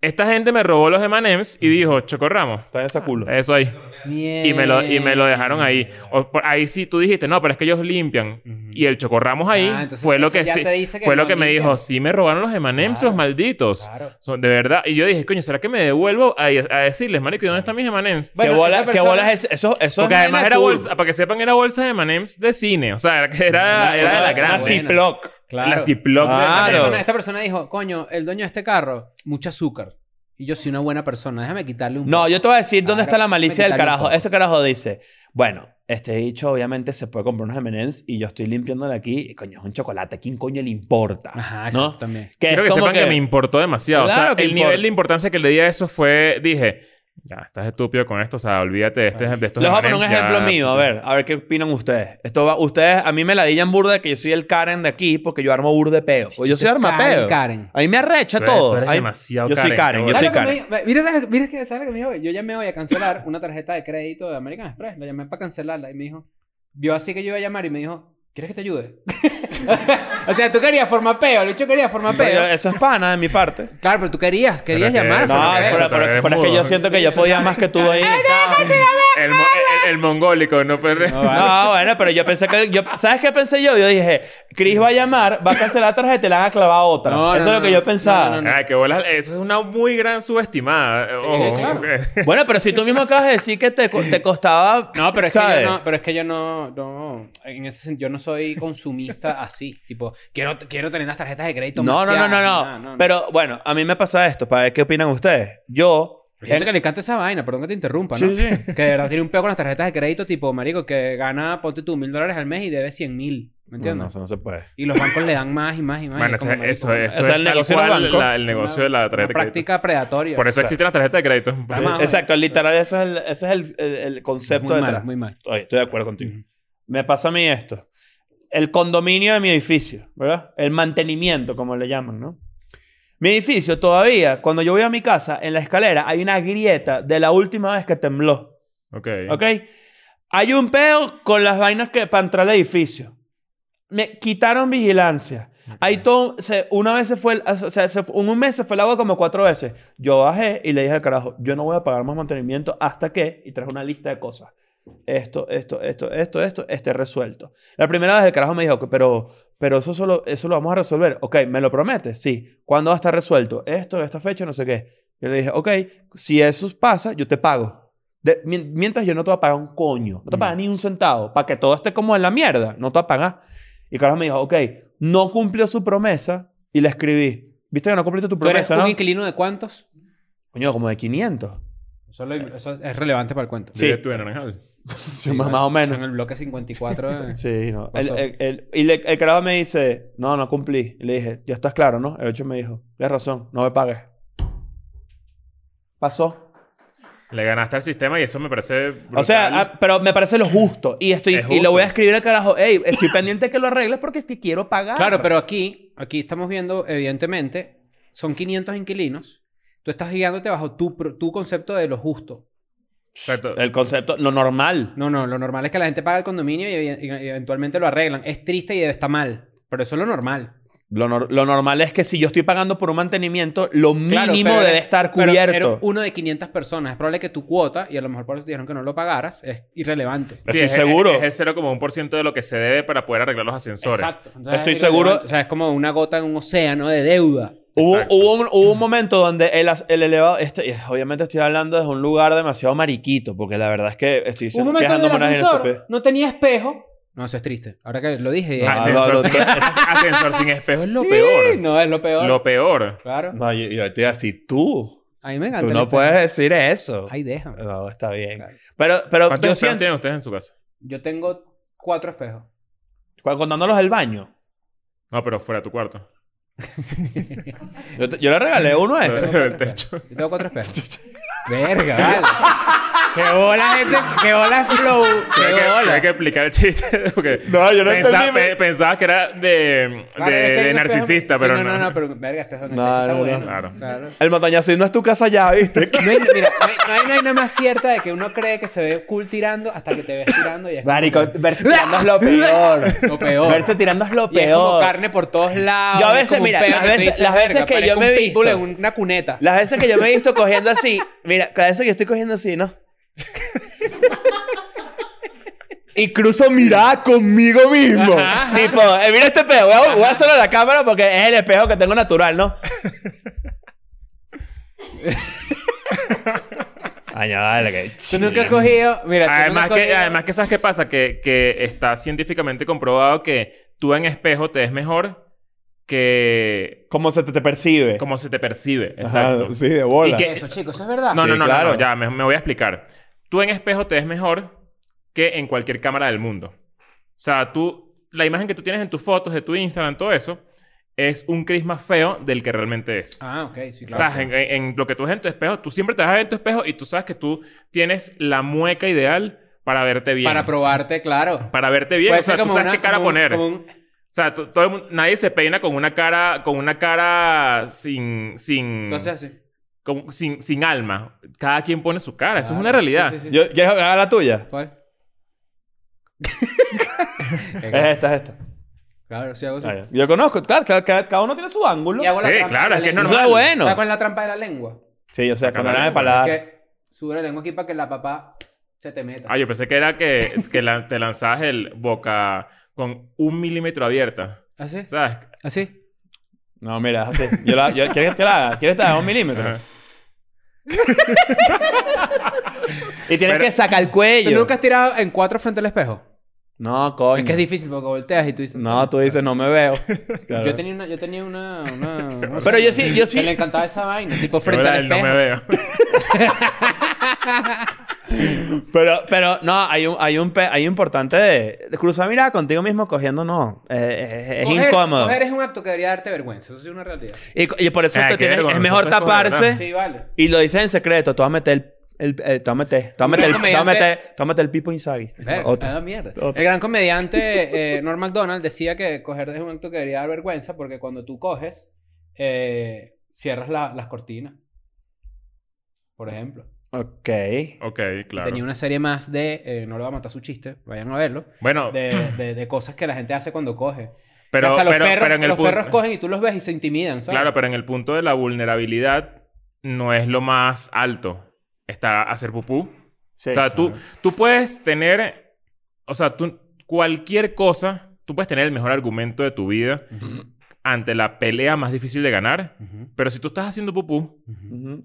esta gente me robó los M&M's y dijo, Chocorramo.
Está en ese culo.
Eso ahí. Y me, lo, y me
Eh.
lo dejaron ahí. O por- ahí sí tú dijiste, no, pero es que ellos limpian.
Ujú.
Y el Chocorramos ahí
Ah, entonces
fue lo
eso
que,
ya
sí-
te dice que
fue lo
no
que me
limpian.
dijo, sí me robaron los M&M's
Claro.
los malditos.
Claro.
Son- de verdad. Y yo dije, coño, ¿será que me devuelvo a, a decirles, marico, ¿y dónde están mis M&M's?
¿Qué,
Bueno,
bola-
esa
qué
persona-
bolas es eso? eso
Porque
es
además
vaina
era
cool.
bolsa, para que sepan, era bolsa de M&M's de cine. O sea, era, que era,
Ah,
era de la
bueno,
grande.
Una Ziploc.
La Ziploc de
Claro.
Esta
Andrés.
persona- esta persona dijo, coño, el dueño de este carro, mucho azúcar. Y yo soy una buena persona, déjame quitarle un
No,
poco".
yo te voy a decir dónde
Claro,
está la malicia
me
del
quitan un
carajo.
poco.
Ese carajo dice, bueno, este dicho obviamente se puede comprar unos M&M's y yo estoy limpiándole aquí. Y coño, es un chocolate. ¿Quién coño le importa?
Ajá,
¿No?
eso también.
Que
Quiero
es
que
como
sepan que... me importó demasiado. o
Claro
sea,
que
el
importa.
nivel de importancia que le di a eso fue... Dije, ya, estás estúpido con esto. O sea, olvídate de, este, de estos
Les voy a poner un
M&Ms, ya,
ejemplo mío, a ver, a ver qué opinan ustedes. Esto va, ustedes, a mí me la dillan burda de que yo soy el Karen de aquí porque yo armo burda de peo. O Pues yo soy arma
Karen,
peo.
Karen.
A mí me arrecha
Tú eres-
todo.
tú eres
Ay,
demasiado
yo soy
Karen,
Karen,
¿no?
yo soy
¿Sabes lo que me
Karen.
dijo? Mira, ¿sabes, lo que- mira que- ¿sabes lo que me dijo? Yo llamé hoy a cancelar una tarjeta de crédito de American Express. La llamé para cancelarla y me dijo, vio así que yo iba a llamar y me dijo, ¿quieres que te ayude? o sea, tú querías formar peo, Lucho quería formar
Pero yo-
peo.
eso es pana de mi parte.
Claro, pero tú querías, querías
Pero es que-
llamar.
Eso
No,
formar
es
peo.
pero,
eso,
pero-
pero eres
pero es que yo
mudo.
siento que
Sí,
yo
eso
podía
es
más que tú ahí.
El, mo- el- el mongólico, no perre.
No, bueno, pero yo pensé que. Yo, ¿Sabes qué pensé yo? Yo dije, Chris va a llamar, va a cancelar la tarjeta y le van a clavar otra.
No,
Eso
no,
es lo
no,
que yo
no,
pensaba.
no, no, no.
Ay, qué bolas. Eso es una muy gran subestimada. eh, Ojo.
claro.
Bueno, pero si tú mismo acabas de decir que te, co- te costaba.
No, pero es que
¿sabes?
yo no, pero es que yo no, no, en ese sentido, yo no soy consumista así, tipo, quiero, quiero tener las tarjetas de crédito
No, no, no,
maciadas,
no,
nada,
no, Pero bueno, a mí me pasa esto, para ver qué opinan ustedes. Yo.
Hay gente que le encanta esa vaina, perdón que te interrumpa, ¿no?
Sí, sí.
Que de verdad tiene un peo con las tarjetas de crédito, tipo, marico, que gana, ponte tú, mil dólares al mes y debe cien mil, ¿me
No,
entiendes?
no, eso no se puede.
Y los bancos le dan más y más y más.
Bueno,
y es como,
ese-
marico,
eso, eso
O sea,
es
el
tal
negocio de los
cual
bancos.
la- el negocio de la
una
tarjeta de crédito.
práctica predatoria.
Por eso
Claro.
existe la tarjeta de crédito. es un-
Ah, más.
Exacto, literal, eso es el, ese es el, el- el concepto
muy mal,
detrás.
muy mal.
Oye, estoy de acuerdo contigo. Me pasa a mí esto. El condominio de mi edificio, ¿verdad? El mantenimiento, como le llaman, ¿no? Mi edificio todavía, cuando yo voy a mi casa, en la escalera hay una grieta de la última vez que tembló,
Ok.
¿ok? Hay un peo con las vainas que para entrar al edificio. Me quitaron vigilancia. Ahí todo, se- una vez se fue, el- o sea, se fue- un mes se fue el agua como cuatro veces. Yo bajé y le dije al carajo, yo no voy a pagar más mantenimiento hasta que, y traje una lista de cosas. Esto, esto, esto, esto, esto, esté resuelto. La primera vez el carajo me dijo, que, pero, pero eso, solo, eso lo vamos a resolver. Ok, ¿me lo prometes? Sí. ¿Cuándo va a estar resuelto? Esto, esta fecha, no sé qué. Yo le dije, ok, si eso pasa, yo te pago. De- mien- mientras yo no te voy a pagar un coño, no te voy a
Mm.
pagar ni un centavo, para que todo esté como en la mierda, no te voy a pagar. Y Carlos me dijo, ok, no cumplió su promesa y le escribí. ¿Viste que no cumpliste tu
¿Tú eres
promesa,
un
no?
inquilino de cuántos?
Coño, como de 500.
Eso, lo- eso es relevante para el cuento.
Dile
Sí.
tú de Naranjal.
Sí, más, más o
En
menos.
el bloque 54. de-
Sí, no. El,
Pasó.
el- el- y le- el carajo me dice, no, no cumplí. Y le dije, ya estás claro, ¿no? El 8 me dijo, tienes razón, no me pagues. Pasó.
Le ganaste al sistema y eso me parece.
O sea,
brutal.
ah, pero me parece lo justo. Y estoy
Es
y lo
justo.
voy a escribir al carajo. Ey, estoy pendiente que lo arregles porque es que quiero pagar.
Claro, pero aquí, aquí estamos viendo, evidentemente, son 500 inquilinos. Tú estás guiándote bajo tu, pro- tu concepto de lo justo.
Exacto.
El concepto, lo normal.
No, no, lo normal es que la gente paga el condominio y, evi- y eventualmente lo arreglan. Es triste y está mal, pero eso es lo normal.
Lo, nor- lo normal es que si yo estoy pagando por un mantenimiento, lo
Claro,
mínimo
pero
debe
eres-
estar
pero
cubierto.
eres uno de 500 personas. Es probable que tu cuota, y a lo mejor por eso te dijeron que no lo pagaras, es irrelevante.
Estoy
es-
seguro.
Es, es el 0,1% de lo que se debe para poder arreglar los ascensores.
Exacto. Entonces,
Estoy
es irrelevante.
seguro-
O sea, es como una gota en un océano de deuda.
Hubo,
Exacto.
hubo un, hubo un momento donde el, as- el elevado. Este, obviamente estoy hablando desde un lugar demasiado mariquito, porque la verdad es que estoy
Un
siendo-
momento en el
quejándome una
ascensor
estupidez.
no tenía espejo. No, eso es triste. Ahora que lo dije.
Ah,
es-
no,
Ascensor,
no,
sin,
no.
ascensor sin espejo es lo
Sí,
peor.
No, es lo peor.
Lo peor.
Claro.
No, yo, yo estoy así, tú.
A mí me encanta.
Tú
el
no
espejo.
puedes decir eso.
pues. Ay, déjame.
No, está bien.
Claro.
Pero, pero
¿Cuántos
yo
espejo
siento.
tienen ustedes en su casa?
Yo tengo cuatro espejos.
Cuando- Contándolos del baño.
No, pero fuera de tu cuarto.
Yo, te- yo le regalé uno a este.
El techo.
Yo tengo cuatro espejos. Verga, vale. qué bola ese, qué bola flow.
Tengo que, tengo que explicar el chiste. porque
No, yo no
pensa-
entendí, me-
pe- Pensabas que era de,
Claro, este,
de-
es que hay
de
un espejo-
narcisista,
Sí,
pero
no, no, no, pero verga, espejo en el
No,
techo está
no, no.
bueno.
Claro.
claro.
El montañazo no es tu casa ya, ¿viste?
No hay, mira, no hay, no hay- no hay nada más cierta de que uno cree que se ve cool tirando hasta que te ves tirando y es como
Marico,
que-
verse tirando es lo peor.
lo peor.
Verse tirando es lo
Y es como
peor.
carne por todos lados.
Yo a
es
veces,
como un
mira,
peo
las
que tú
veces-
dices,
las veces
"Verga,
que yo
parezco
me
un
he
pitbull
visto".
en una cuneta.
Las veces que yo me he visto cogiendo así, mira, cada vez que yo estoy cogiendo así, ¿no? Incluso mirada conmigo mismo.
Ajá, ajá.
Tipo, eh, mira este espejo. Voy a, voy a hacerlo a la cámara porque es el espejo que tengo natural, ¿no? Ay, ya, dale, que.
Tú nunca has cogido. Mira, tú nunca
Además
has
que,
cogido-
además que sabes qué pasa, que, que está científicamente comprobado que tú en espejo te ves mejor que
¿Cómo se te, te percibe?
como se te percibe.
Ajá,
Exacto.
sí, de bola.
Y que-
Eso, chicos, eso es verdad.
No,
Sí,
no, no,
claro.
no, no, ya me, me voy a explicar. Tú en espejo te ves mejor que en cualquier cámara del mundo. O sea, tú, la imagen que tú tienes en tus fotos, de tu Instagram, todo eso, es un cris más feo del que realmente es.
Ah, ok, sí,
O
claro.
sea, en, en- en lo que tú ves en tu espejo, tú siempre te vas a ver en tu espejo y tú sabes que tú tienes la mueca ideal para verte bien.
Para probarte, claro.
Para verte bien.
Puede
o sea,
ser
tú
como
sabes
una-
qué cara
como un-
poner.
como un-
O sea, tú- todo el mundo- nadie se peina con una cara, con una cara sin, sin,
Entonces, así.
como sin, sin alma. Cada quien pone su cara. Eso es
Claro.
una realidad.
Sí, sí, sí.
Yo- ¿Quieres que haga la tuya?
¿Cuál?
Es esta, es esta.
Claro, sí hago eso.
Ah, ya. Yo conozco, claro, claro, cada, cada uno tiene su ángulo.
Y hago la
Sí,
trampa
claro,
de la
es que es
lengua.
Eso es Ah.
normal.
bueno.
¿Sabes cuál es la trampa de la lengua?
Sí, o sea,
Acá
con
la
de
lengua,
paladar.
Que sube la lengua aquí para que la papá se te meta.
Ah, yo pensé que era que, que la- te lanzabas el boca con un milímetro abierta.
¿Así?
¿Sabes?
¿Así?
No, mira, así. Yo la, yo- ¿Quieres que te la haga? ¿Quieres que te la haga un milímetro?
Ajá.
Y tienes
Pero-
que sacar el
¿Tú
cuello.
nunca has tirado en cuatro frente al espejo?
No, coño.
Es que es difícil porque volteas y tú dices...
No, tú dices, no me veo. Claro.
Yo tenía una... Yo tenía una, una- una-
Pero yo sí- yo sí-
Que le encantaba esa vaina. Tipo
Yo
frente al
él no
espejo.
me veo.
Pero, pero, no, hay un, hay un, pe- hay un importante de, de cruzar mirada contigo mismo cogiendo, no. Eh, eh, es
Coger-
incómodo.
Coger es un acto que debería darte vergüenza. Eso sí es una realidad.
Y, y por eso
Ah,
usted
qué
tiene- es
vergonzoso
mejor
es coger,
taparse
Sí, vale.
y lo dices en secreto. Tú vas a meter el, el, eh, tú vas a meter, tú vas a meter, el- tú vas a meter, tú vas a meter el Pipo Inzaghi.
Ver,
Otro.
ah, mierda.
Otro.
El gran comediante eh, Norm MacDonald decía que coger es un acto que debería dar vergüenza porque cuando tú coges, eh, cierras la- las cortinas. Por ejemplo.
Ok.
ok,
Y
claro.
Tenía una serie más de eh, No le va a matar su chiste, vayan a verlo.
Bueno,
De, de- de cosas que la gente hace cuando coge.
pero,
hasta los,
pero,
perros,
pero en el
los
punto...
perros cogen y tú los ves y se intimidan, ¿sabes?
Claro, pero en el punto de la vulnerabilidad no es lo más alto. Está hacer pupú.
Sí.
o sea, tú, tú puedes tener... O sea, tú, cualquier cosa... Tú puedes tener el mejor argumento de tu vida ante la pelea más difícil de ganar. Pero si tú estás haciendo pupú,
Ujú.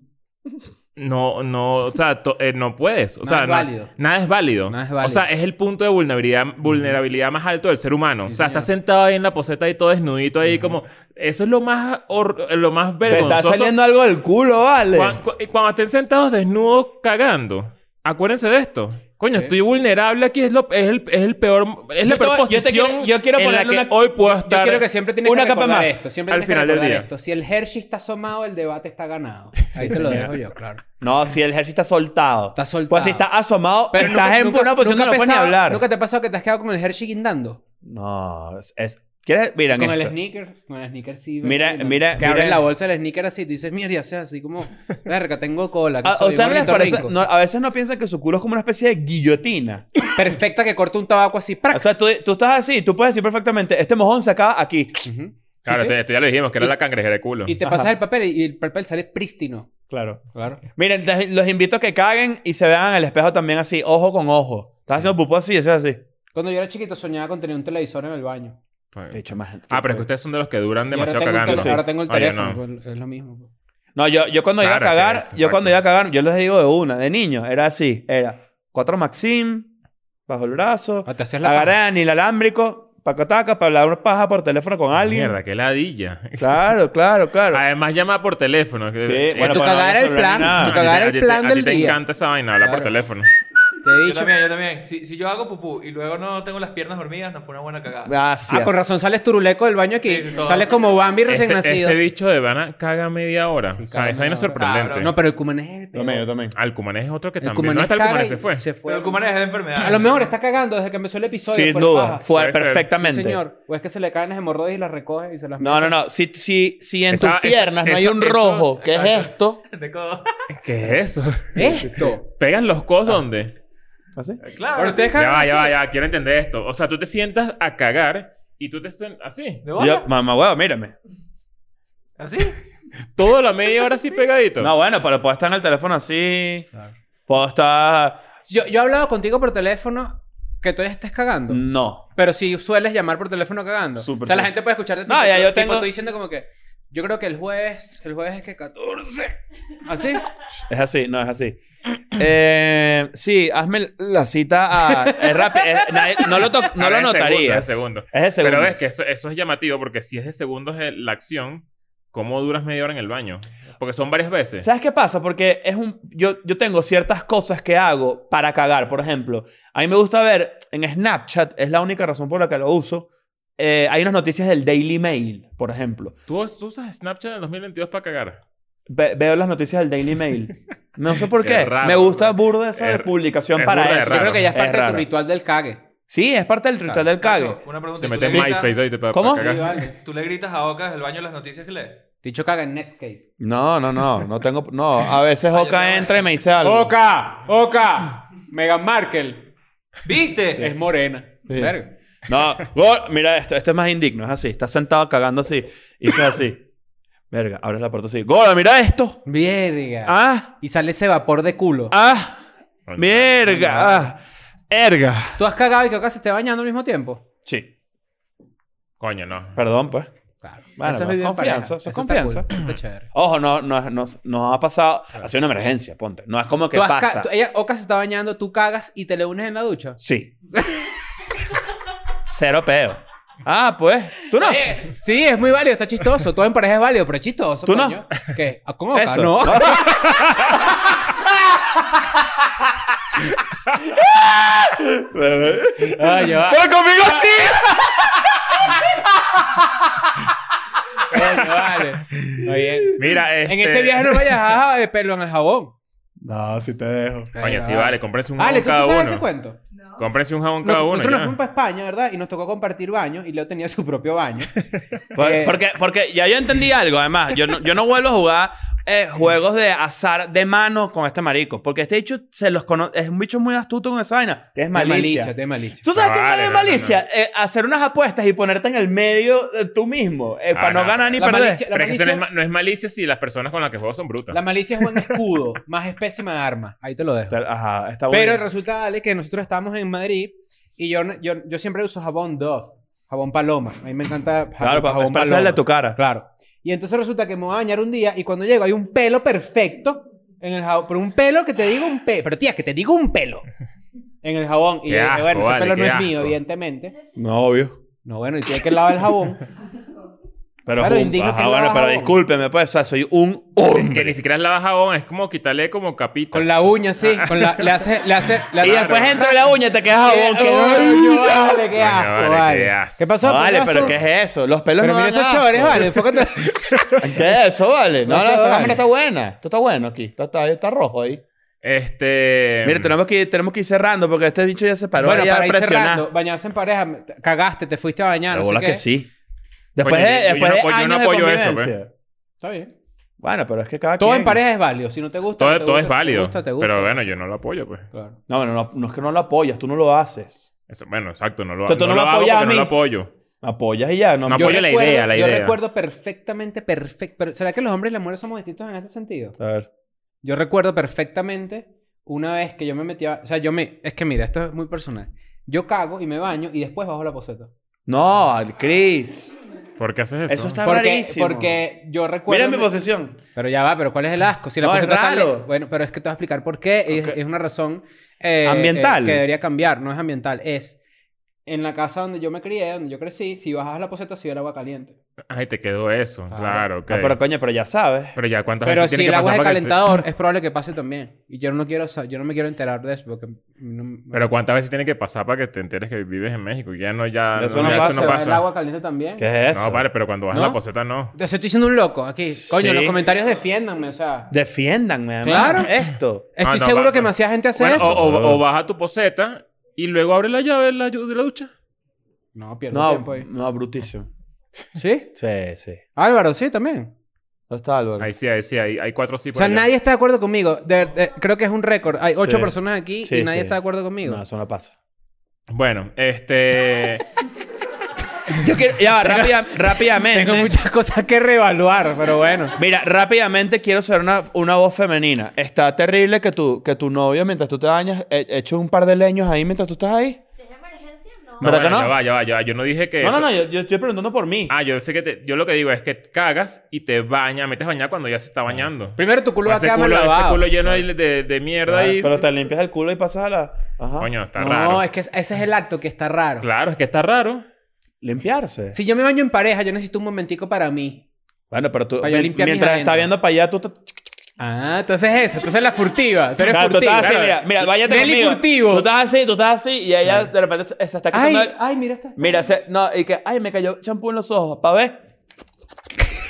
no, no, o sea, to- eh, no puedes. O
Nada
sea,
es
na-
válido.
Nada es válido.
Nada es válido.
O sea, es el punto de vulnerabilidad, vulnerabilidad más alto del ser humano.
Sí,
o sea,
señor.
estás sentado ahí en la poseta y todo desnudito ahí
Ujú.
como... Eso es lo más, hor- eh, lo más
Te está
vergonzoso.
saliendo algo del culo, vale.
Cuan- cu- y cuando estén sentados desnudos cagando, acuérdense de esto. Coño,
Sí.
estoy vulnerable aquí. Es, lo, es, el, es el peor... Es la
Yo te
peor
voy- yo te quiero-
posición
yo quiero
en la
ponerle
que
una-
hoy puedo
Yo
estar...
quiero que siempre tienes
Una
que
capa
recordar
más.
esto. Siempre
Al
tienes que
final del
recordar
día.
esto. Si el Hershey está asomado, el debate está ganado. Ahí te lo dejo yo, claro.
No, si el jersey está soltado.
Está soltado.
Pues si está asomado,
Pero
estás
nunca-
en
nunca-
una posición que
nunca
no puedes ni
pensaba-
hablar.
¿Nunca te ha pasado que te has quedado con el Hershey guindando?
No, es... es- ¿Quieres? Mira,
Con el
esto.
sneaker. Con el sneaker sí.
Mira,
¿verdad?
mira,
Que abres
mira.
la bolsa del sneaker así. y Tú dices, mierda, o sea, así como... Verga, tengo cola. que
A,
soy
a Ah, ustedes
un
no les parece-
ornitorrinco".
no, a veces no piensan que su culo es como una especie de guillotina.
Perfecta que corta un tabaco así. ¡prac!
O sea, tú, tú estás así, tú puedes decir perfectamente, este mojón se acaba aquí.
Ujú. Sí,
Claro,
sí.
esto- esto ya lo dijimos, que era
Y-
la cangrejera de culo.
Y te pasas el papel y el papel sale prístino.
Claro.
Claro.
Miren, les- los invito a que caguen y se vean en el espejo también así, ojo con ojo. Estás haciendo pupú así, eso es así.
Cuando yo era chiquito soñaba con tener un televisor en el baño.
De hecho, más.
Ah, pero es que ustedes son de los que duran
Y ahora
demasiado
tengo un
cagando.
tel- Ahora tengo el
Ah, yo
teléfono.
no.
pues, Es lo mismo. pues.
No, yo, yo cuando iba a
Claro, es que
cagar,
es,
yo
exacto.
cuando iba a cagar, yo les digo de una, de niño, era así, era cuatro Maxim, bajo el brazo,
Ah, te haces la paja.
agarran el inalámbrico, pacataca, para hablar una paja por teléfono con alguien.
Mierda, qué ladilla.
Claro, claro, claro.
Ah,
Además, llama por teléfono.
Sí,
Eh,
bueno, pero no
tu cagar
había
el
celular ni
plan,
nada.
a
tu
ti
cagar
te- a
el
ti te-
plan
a ti
del
te
día.
encanta esa vaina, hablar por
Claro.
teléfono.
Te he
Yo
dicho.
también, yo también. Si, si yo hago pupú y luego no tengo las piernas dormidas, no fue una buena cagada.
Gracias.
Ah, con razón sales turuleco del baño aquí.
Sí, sí, todo.
sales como Bambi recién
Este,
nacido.
este bicho de Vana caga media hora.
Sí,
o sea,
caga
esa vaina es
media hora.
sorprendente.
Claro.
No, pero el cumanés es el peor.
Tomé, yo también.
Al Cumanés es otro que
El
también.
Cumanés
¿Dónde está el
caga
Cumanés?
y
Se fue.
Pero el cumanés es de enfermedad.
A lo mejor está cagando desde que empezó el episodio.
Sin
fuera
duda,
paja.
fue
Puede ser.
perfectamente.
Sí, señor. O es que se le caen las hemorroides y las recoge y se las
No, no, no. Si, si, si en
Esa-
tus piernas
esa-
no hay un
esa-
rojo, ¿qué es
Exacto.
esto?
De codo.
¿Qué es eso?
¿Eh? Esto.
¿Pegan los codos dónde?
¿Así?
Claro.
Ahora
sí.
ustedes
Ya
cagan
va, ya va,
así.
ya va. Quiero entender esto. O sea, tú te sientas a cagar y tú te estás así.
¿De bola?
Yo, mamá huevo, mírame.
¿Así?
Todo la media hora así pegadito.
No, bueno, pero puedo estar en el teléfono así. Puedo estar.
Yo, yo he hablado contigo por teléfono que tú ya estés cagando.
No.
Pero si sueles llamar por teléfono cagando.
Mm. Súper,
o sea, la
sí.
gente puede escucharte.
No, ya yo
tipo,
tengo-
tú diciendo como que... Yo creo que el jueves, el jueves es que 14. ¿Así?
Es así, no es así. Eh, sí, hazme la cita a. Es rápido. no lo, to- no
Ahora
lo
es segundo,
notarías.
es segundo.
Es el segundo.
Pero ves que eso, eso es llamativo porque si es de segundos el- la acción, ¿cómo duras media hora en el baño? Porque son varias veces.
¿Sabes qué pasa? Porque es un, yo, yo tengo ciertas cosas que hago para cagar. Por ejemplo, a mí me gusta ver en Snapchat, es la única razón por la que lo uso. eh, hay unas noticias del Daily Mail, por ejemplo.
¿Tú, tú usas Snapchat en el 2022 para cagar?
Ve- veo las noticias del Daily Mail. No sé por
Es
qué.
raro,
me gusta
bro.
burda esa
Es-
publicación
es
para
burda de
eso.
Yo creo que ya es
Es
parte de tu
raro.
ritual del cague.
Sí, es parte del ritual del cague.
Nacho, Una pregunta.
Se
¿Tú
mete en
le gritas-
MySpace eh. ahorita para,
¿Cómo?
para
Sí,
cagar.
vale.
¿Tú le gritas a Oca desde el baño las noticias que lees?
Dicho cague en Netscape.
No, no, no. No tengo. No, a veces
yo
Oka
tengo
entra y
eso.
me dice algo.
¡Oca! ¡Oca! Meghan Markle
¿Viste?
es morena.
Sí.
Verga.
No, gol, mira esto, esto es más indigno, es así. Estás sentado cagando así y es así. Verga, abres la puerta así. Gol, mira esto.
Verga.
Ah,
Y sale ese vapor de culo.
ah, verga, ah, erga.
¿Tú has cagado y que acá se esté bañando al mismo tiempo?
Sí,
Coño, no.
perdón, pues.
Claro.
Bueno,
eso es
pero
vivir en
confianza,
pareja.
eso es
está
confianza.
cool, eso está chévere.
Ojo, no, no, no, no ha pasado. Ha sido una emergencia, ponte. No es como que
Tú has ca-
pasa.
tú- ella, Oca se está bañando, tú cagas y te le unes en la ducha.
Sí. Cero peo. Ah, pues. Tú no.
Eh, sí, es muy válido, está chistoso. Todo en pareja es válido, pero es chistoso.
¿Tú no?
coño. ¿Qué? Ah, ¿Con Oca?
Eso.
No.
Ah, ya va. ¡Pero conmigo sí!
Coño, vale. Oye.
Mira, este...
En este viaje no vayas a de pelo en el jabón.
No, sí te dejo.
Coño, sí, vale. Cómprense un jabón
Vale, ¿tú, tú
cada
sabes ese
uno.
cuento?
Cómprense un jabón
Nos-
cada uno.
nosotros nos
ya.
fuimos para España, ¿verdad? Y nos tocó compartir baño y Leo tenía su propio baño.
Por-
Eh,
porque, porque ya yo entendí algo, además. Yo no, yo no vuelvo a jugar eh, juegos de azar de mano con este marico. Porque este bicho se los cono- es un bicho muy astuto con esa vaina. Que es malicia.
Tiene malicia.
¿Tú sabes qué es
Vale, no,
mala-
no,
malicia? Eh, hacer unas apuestas y ponerte en el medio eh, tú mismo. eh,
Ah,
para no,
no.
ganar ni
La
perder.
malicia, la
Pero es que eso no
malicia,
es, ma- no es malicia si las personas con las que juego son brutas.
la malicia es un escudo, más es pésima arma. Ahí te lo dejo.
Está- Ajá, está bueno.
Pero resulta, Ale, que nosotros estábamos en Madrid y yo, yo, yo siempre uso jabón Dove, jabón paloma. A mí me encanta jabón,
Claro, para,
jabón
es para hacerle a tu cara.
Claro. Y entonces resulta que me voy a bañar un día y cuando llego hay un pelo perfecto en el jabón. Pero un pelo que te digo un pelo. Pero tía, que te digo un pelo en el jabón. Y
Qué
yo dije,
asco,
bueno, ese
vale,
pelo no
qué
es mío,
asco.
evidentemente.
No, obvio.
No, bueno, y tiene que lavar el jabón.
Pero,
Claro,
jun-
indigno
ajá,
que no
bueno,
hagas
pero
jabón.
discúlpeme, pues, o sea, soy un
Que ni
hombre.
siquiera es la jabón. Es como quitarle como capitas.
Con la uña, sí. Con la, le hace, le hace, le
Y
hace-
después entra la uña y te quedas jabón. que-
Coño, Ah, vale, qué
Coño,
asco,
vale,
vale.
qué asco.
¿Qué pasó?
No, vale,
Pedro?
pero ¿qué es eso? Los pelos
Pero
no
mira
dan
esos
asco.
chores, vale. Enfócate.
¿Qué es eso, vale? No,
Eso
no, esta
vale.
cámara está buena. Esto está bueno aquí. Está, está, está rojo ahí.
Este...
Mira, tenemos que, ir- tenemos que ir cerrando porque este bicho ya se paró.
bueno,
ya
para ir
presionado.
cerrando, bañarse en pareja, me- te- cagaste, te fuiste a bañar,
Pero
no sé
bola
qué.
que sí. Después
Coño,
de,
yo- yo no
después de
apoyo- yo no
años de
apoyo eso, pues.
convivencia.
Está bien.
Bueno, pero es que cada
Todo
quien-
en pareja es válido. Si no te gusta, no
Todo,
te
todo
gusta,
es
si te
válido.
gusta, te gusta.
Pero bueno, yo no lo apoyo, pues.
Claro.
No, bueno, no, no es que no lo apoyas. Tú no lo haces.
Eso- bueno, exacto. No lo,
O sea, tú
no
no
lo
me
hago
apoyas a
porque no lo
mí.
apoyo.
Apoyas y ya. No,
No
yo-
apoyo la idea, la
Yo
idea.
recuerdo perfectamente, perfecto. Pero ¿será que los hombres y las mujeres somos distintos en este sentido?
A ver.
Yo recuerdo perfectamente una vez que yo me metía, o sea, yo me, es que mira, esto es muy personal. Yo cago y me baño y después bajo la poseta.
No, Chris.
¿Por qué haces eso?
Eso está
porque,
rarísimo.
Porque yo recuerdo.
Mira mi posición.
Pero ya va, pero ¿cuál es el asco? Si la
No, es
poseta está
raro.
le- Bueno, pero es que te voy a explicar por qué. Es,
Ok.
es una razón... eh,
Ambiental.
eh, que debería cambiar. No es ambiental, es... En la casa donde yo me crié, donde yo crecí, si bajabas la poseta, si el agua caliente.
Ay, te quedó eso.
Claro.
Claro, ok.
Ah, pero coño, pero ya sabes.
Pero ya, ¿cuántas
Pero
veces
si
tiene
el
que
agua es
pasar
de
para que te-
calentador, es probable que pase también. Y yo no quiero, sa- yo no me quiero enterar de eso porque... no-
Pero ¿cuántas veces tiene que pasar para que te enteres que vives en México? Ya no, ya...
Eso
no,
no
ya
pasa,
eso
¿Se
no
va
pasa.
el agua caliente también?
¿Qué es eso?
No, vale, pero cuando vas
¿No?
la poseta, no.
Te estoy siendo un loco aquí. Coño,
Sí.
los comentarios defiéndanme, o sea...
Defiéndanme, además.
Claro.
Esto.
Estoy
Ah, no,
seguro
va-
que demasiada gente hace
Bueno,
eso.
o, o- o baja tu poseta y luego abre la llave de la, de la ducha.
No, pierdo
No,
tiempo ahí.
no, brutísimo.
¿Sí?
Sí, sí.
Álvaro, sí, también.
¿Dónde está Álvaro?
Ahí sí, ahí sí, ahí hay cuatro sí
O
por
sea,
allá.
nadie está de acuerdo conmigo. De- de- creo que es un récord. Hay ocho
Sí.
personas aquí
Sí,
y nadie
sí.
está de acuerdo conmigo.
No, eso no pasa.
Bueno, este...
Yo quiero... Ya, va, rápida- rápidamente.
Tengo muchas cosas que reevaluar, pero bueno.
Mira, rápidamente quiero ser una, una voz femenina. Está terrible que tu, que tu novio, mientras tú te bañas, e- eche un par de leños ahí mientras tú estás ahí.
¿Es emergencia? No.
No,
¿Verdad que
bueno,
no?
Ya va, ya va, ya va. Yo no dije que.
No, no,
eso-
no, yo, yo estoy preguntando por mí.
Ah, yo sé que te- yo lo que digo es que cagas y te bañas, metes a bañar cuando ya se está bañando.
Primero tu culo
ese,
acaba
culo, ese
lavado.
culo lleno ahí de, de mierda
Ah,
y
pero te limpias el culo y pasas a la.
¿Ah?
Ajá.
Coño, está
no,
raro.
es que ese es el acto que está raro.
Claro, es que está raro.
Limpiarse.
Si yo me baño en pareja, yo necesito un momentico para mí.
Bueno, pero tú.
Para Ah, yo
mi-
limpiar mis
mientras
adentros.
estás viendo para allá, tú. te-
Ah, entonces esa. Entonces la furtiva. Tú eres
Claro, tú
furtiva.
estás así,
claro.
mira, mira, váyate
Nelly
conmigo.
furtivo.
Tú estás así, tú estás así, y ella de repente se, se está
Ay,
quitando.
ay, mira esta.
Mira, se- no, y que, ay, me cayó champú en los ojos, ¿pa' ver?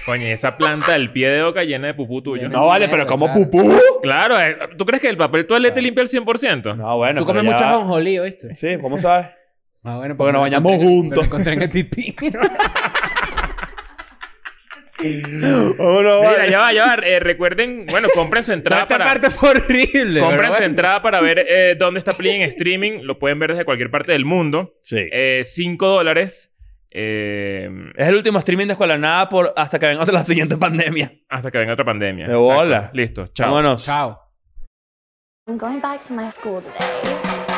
Coño, y esa planta del pie de oca llena de pupú tuyo.
No,
No vale,
mierda,
pero como
claro.
pupú.
Claro, eh, ¿tú crees que el papel toalete limpia el 100%?
No, bueno.
Tú comes
pero
mucho
ya-
ajonjolí, ¿viste?
Sí, ¿cómo sabes?
Ah, bueno,
Porque nos
me lo
bañamos
encontré-
juntos.
me lo encontré en el pipí.
Vámonos,
Mira,
vale.
ya va, ya va. Eh, recuerden, bueno, compren su entrada
esta
para...
parte fue horrible.
Compren
pero
su
bueno.
entrada para ver eh, dónde está Play en streaming. Lo pueden ver desde cualquier parte del mundo.
Sí.
Eh, 5 dólares. eh,
Es el último streaming de Escuela de Nada por hasta que venga otra la siguiente pandemia.
hasta que venga otra pandemia.
De
Exacto.
bola.
Listo. Chao.
Vámonos.
Chao.
I'm going back to my school today.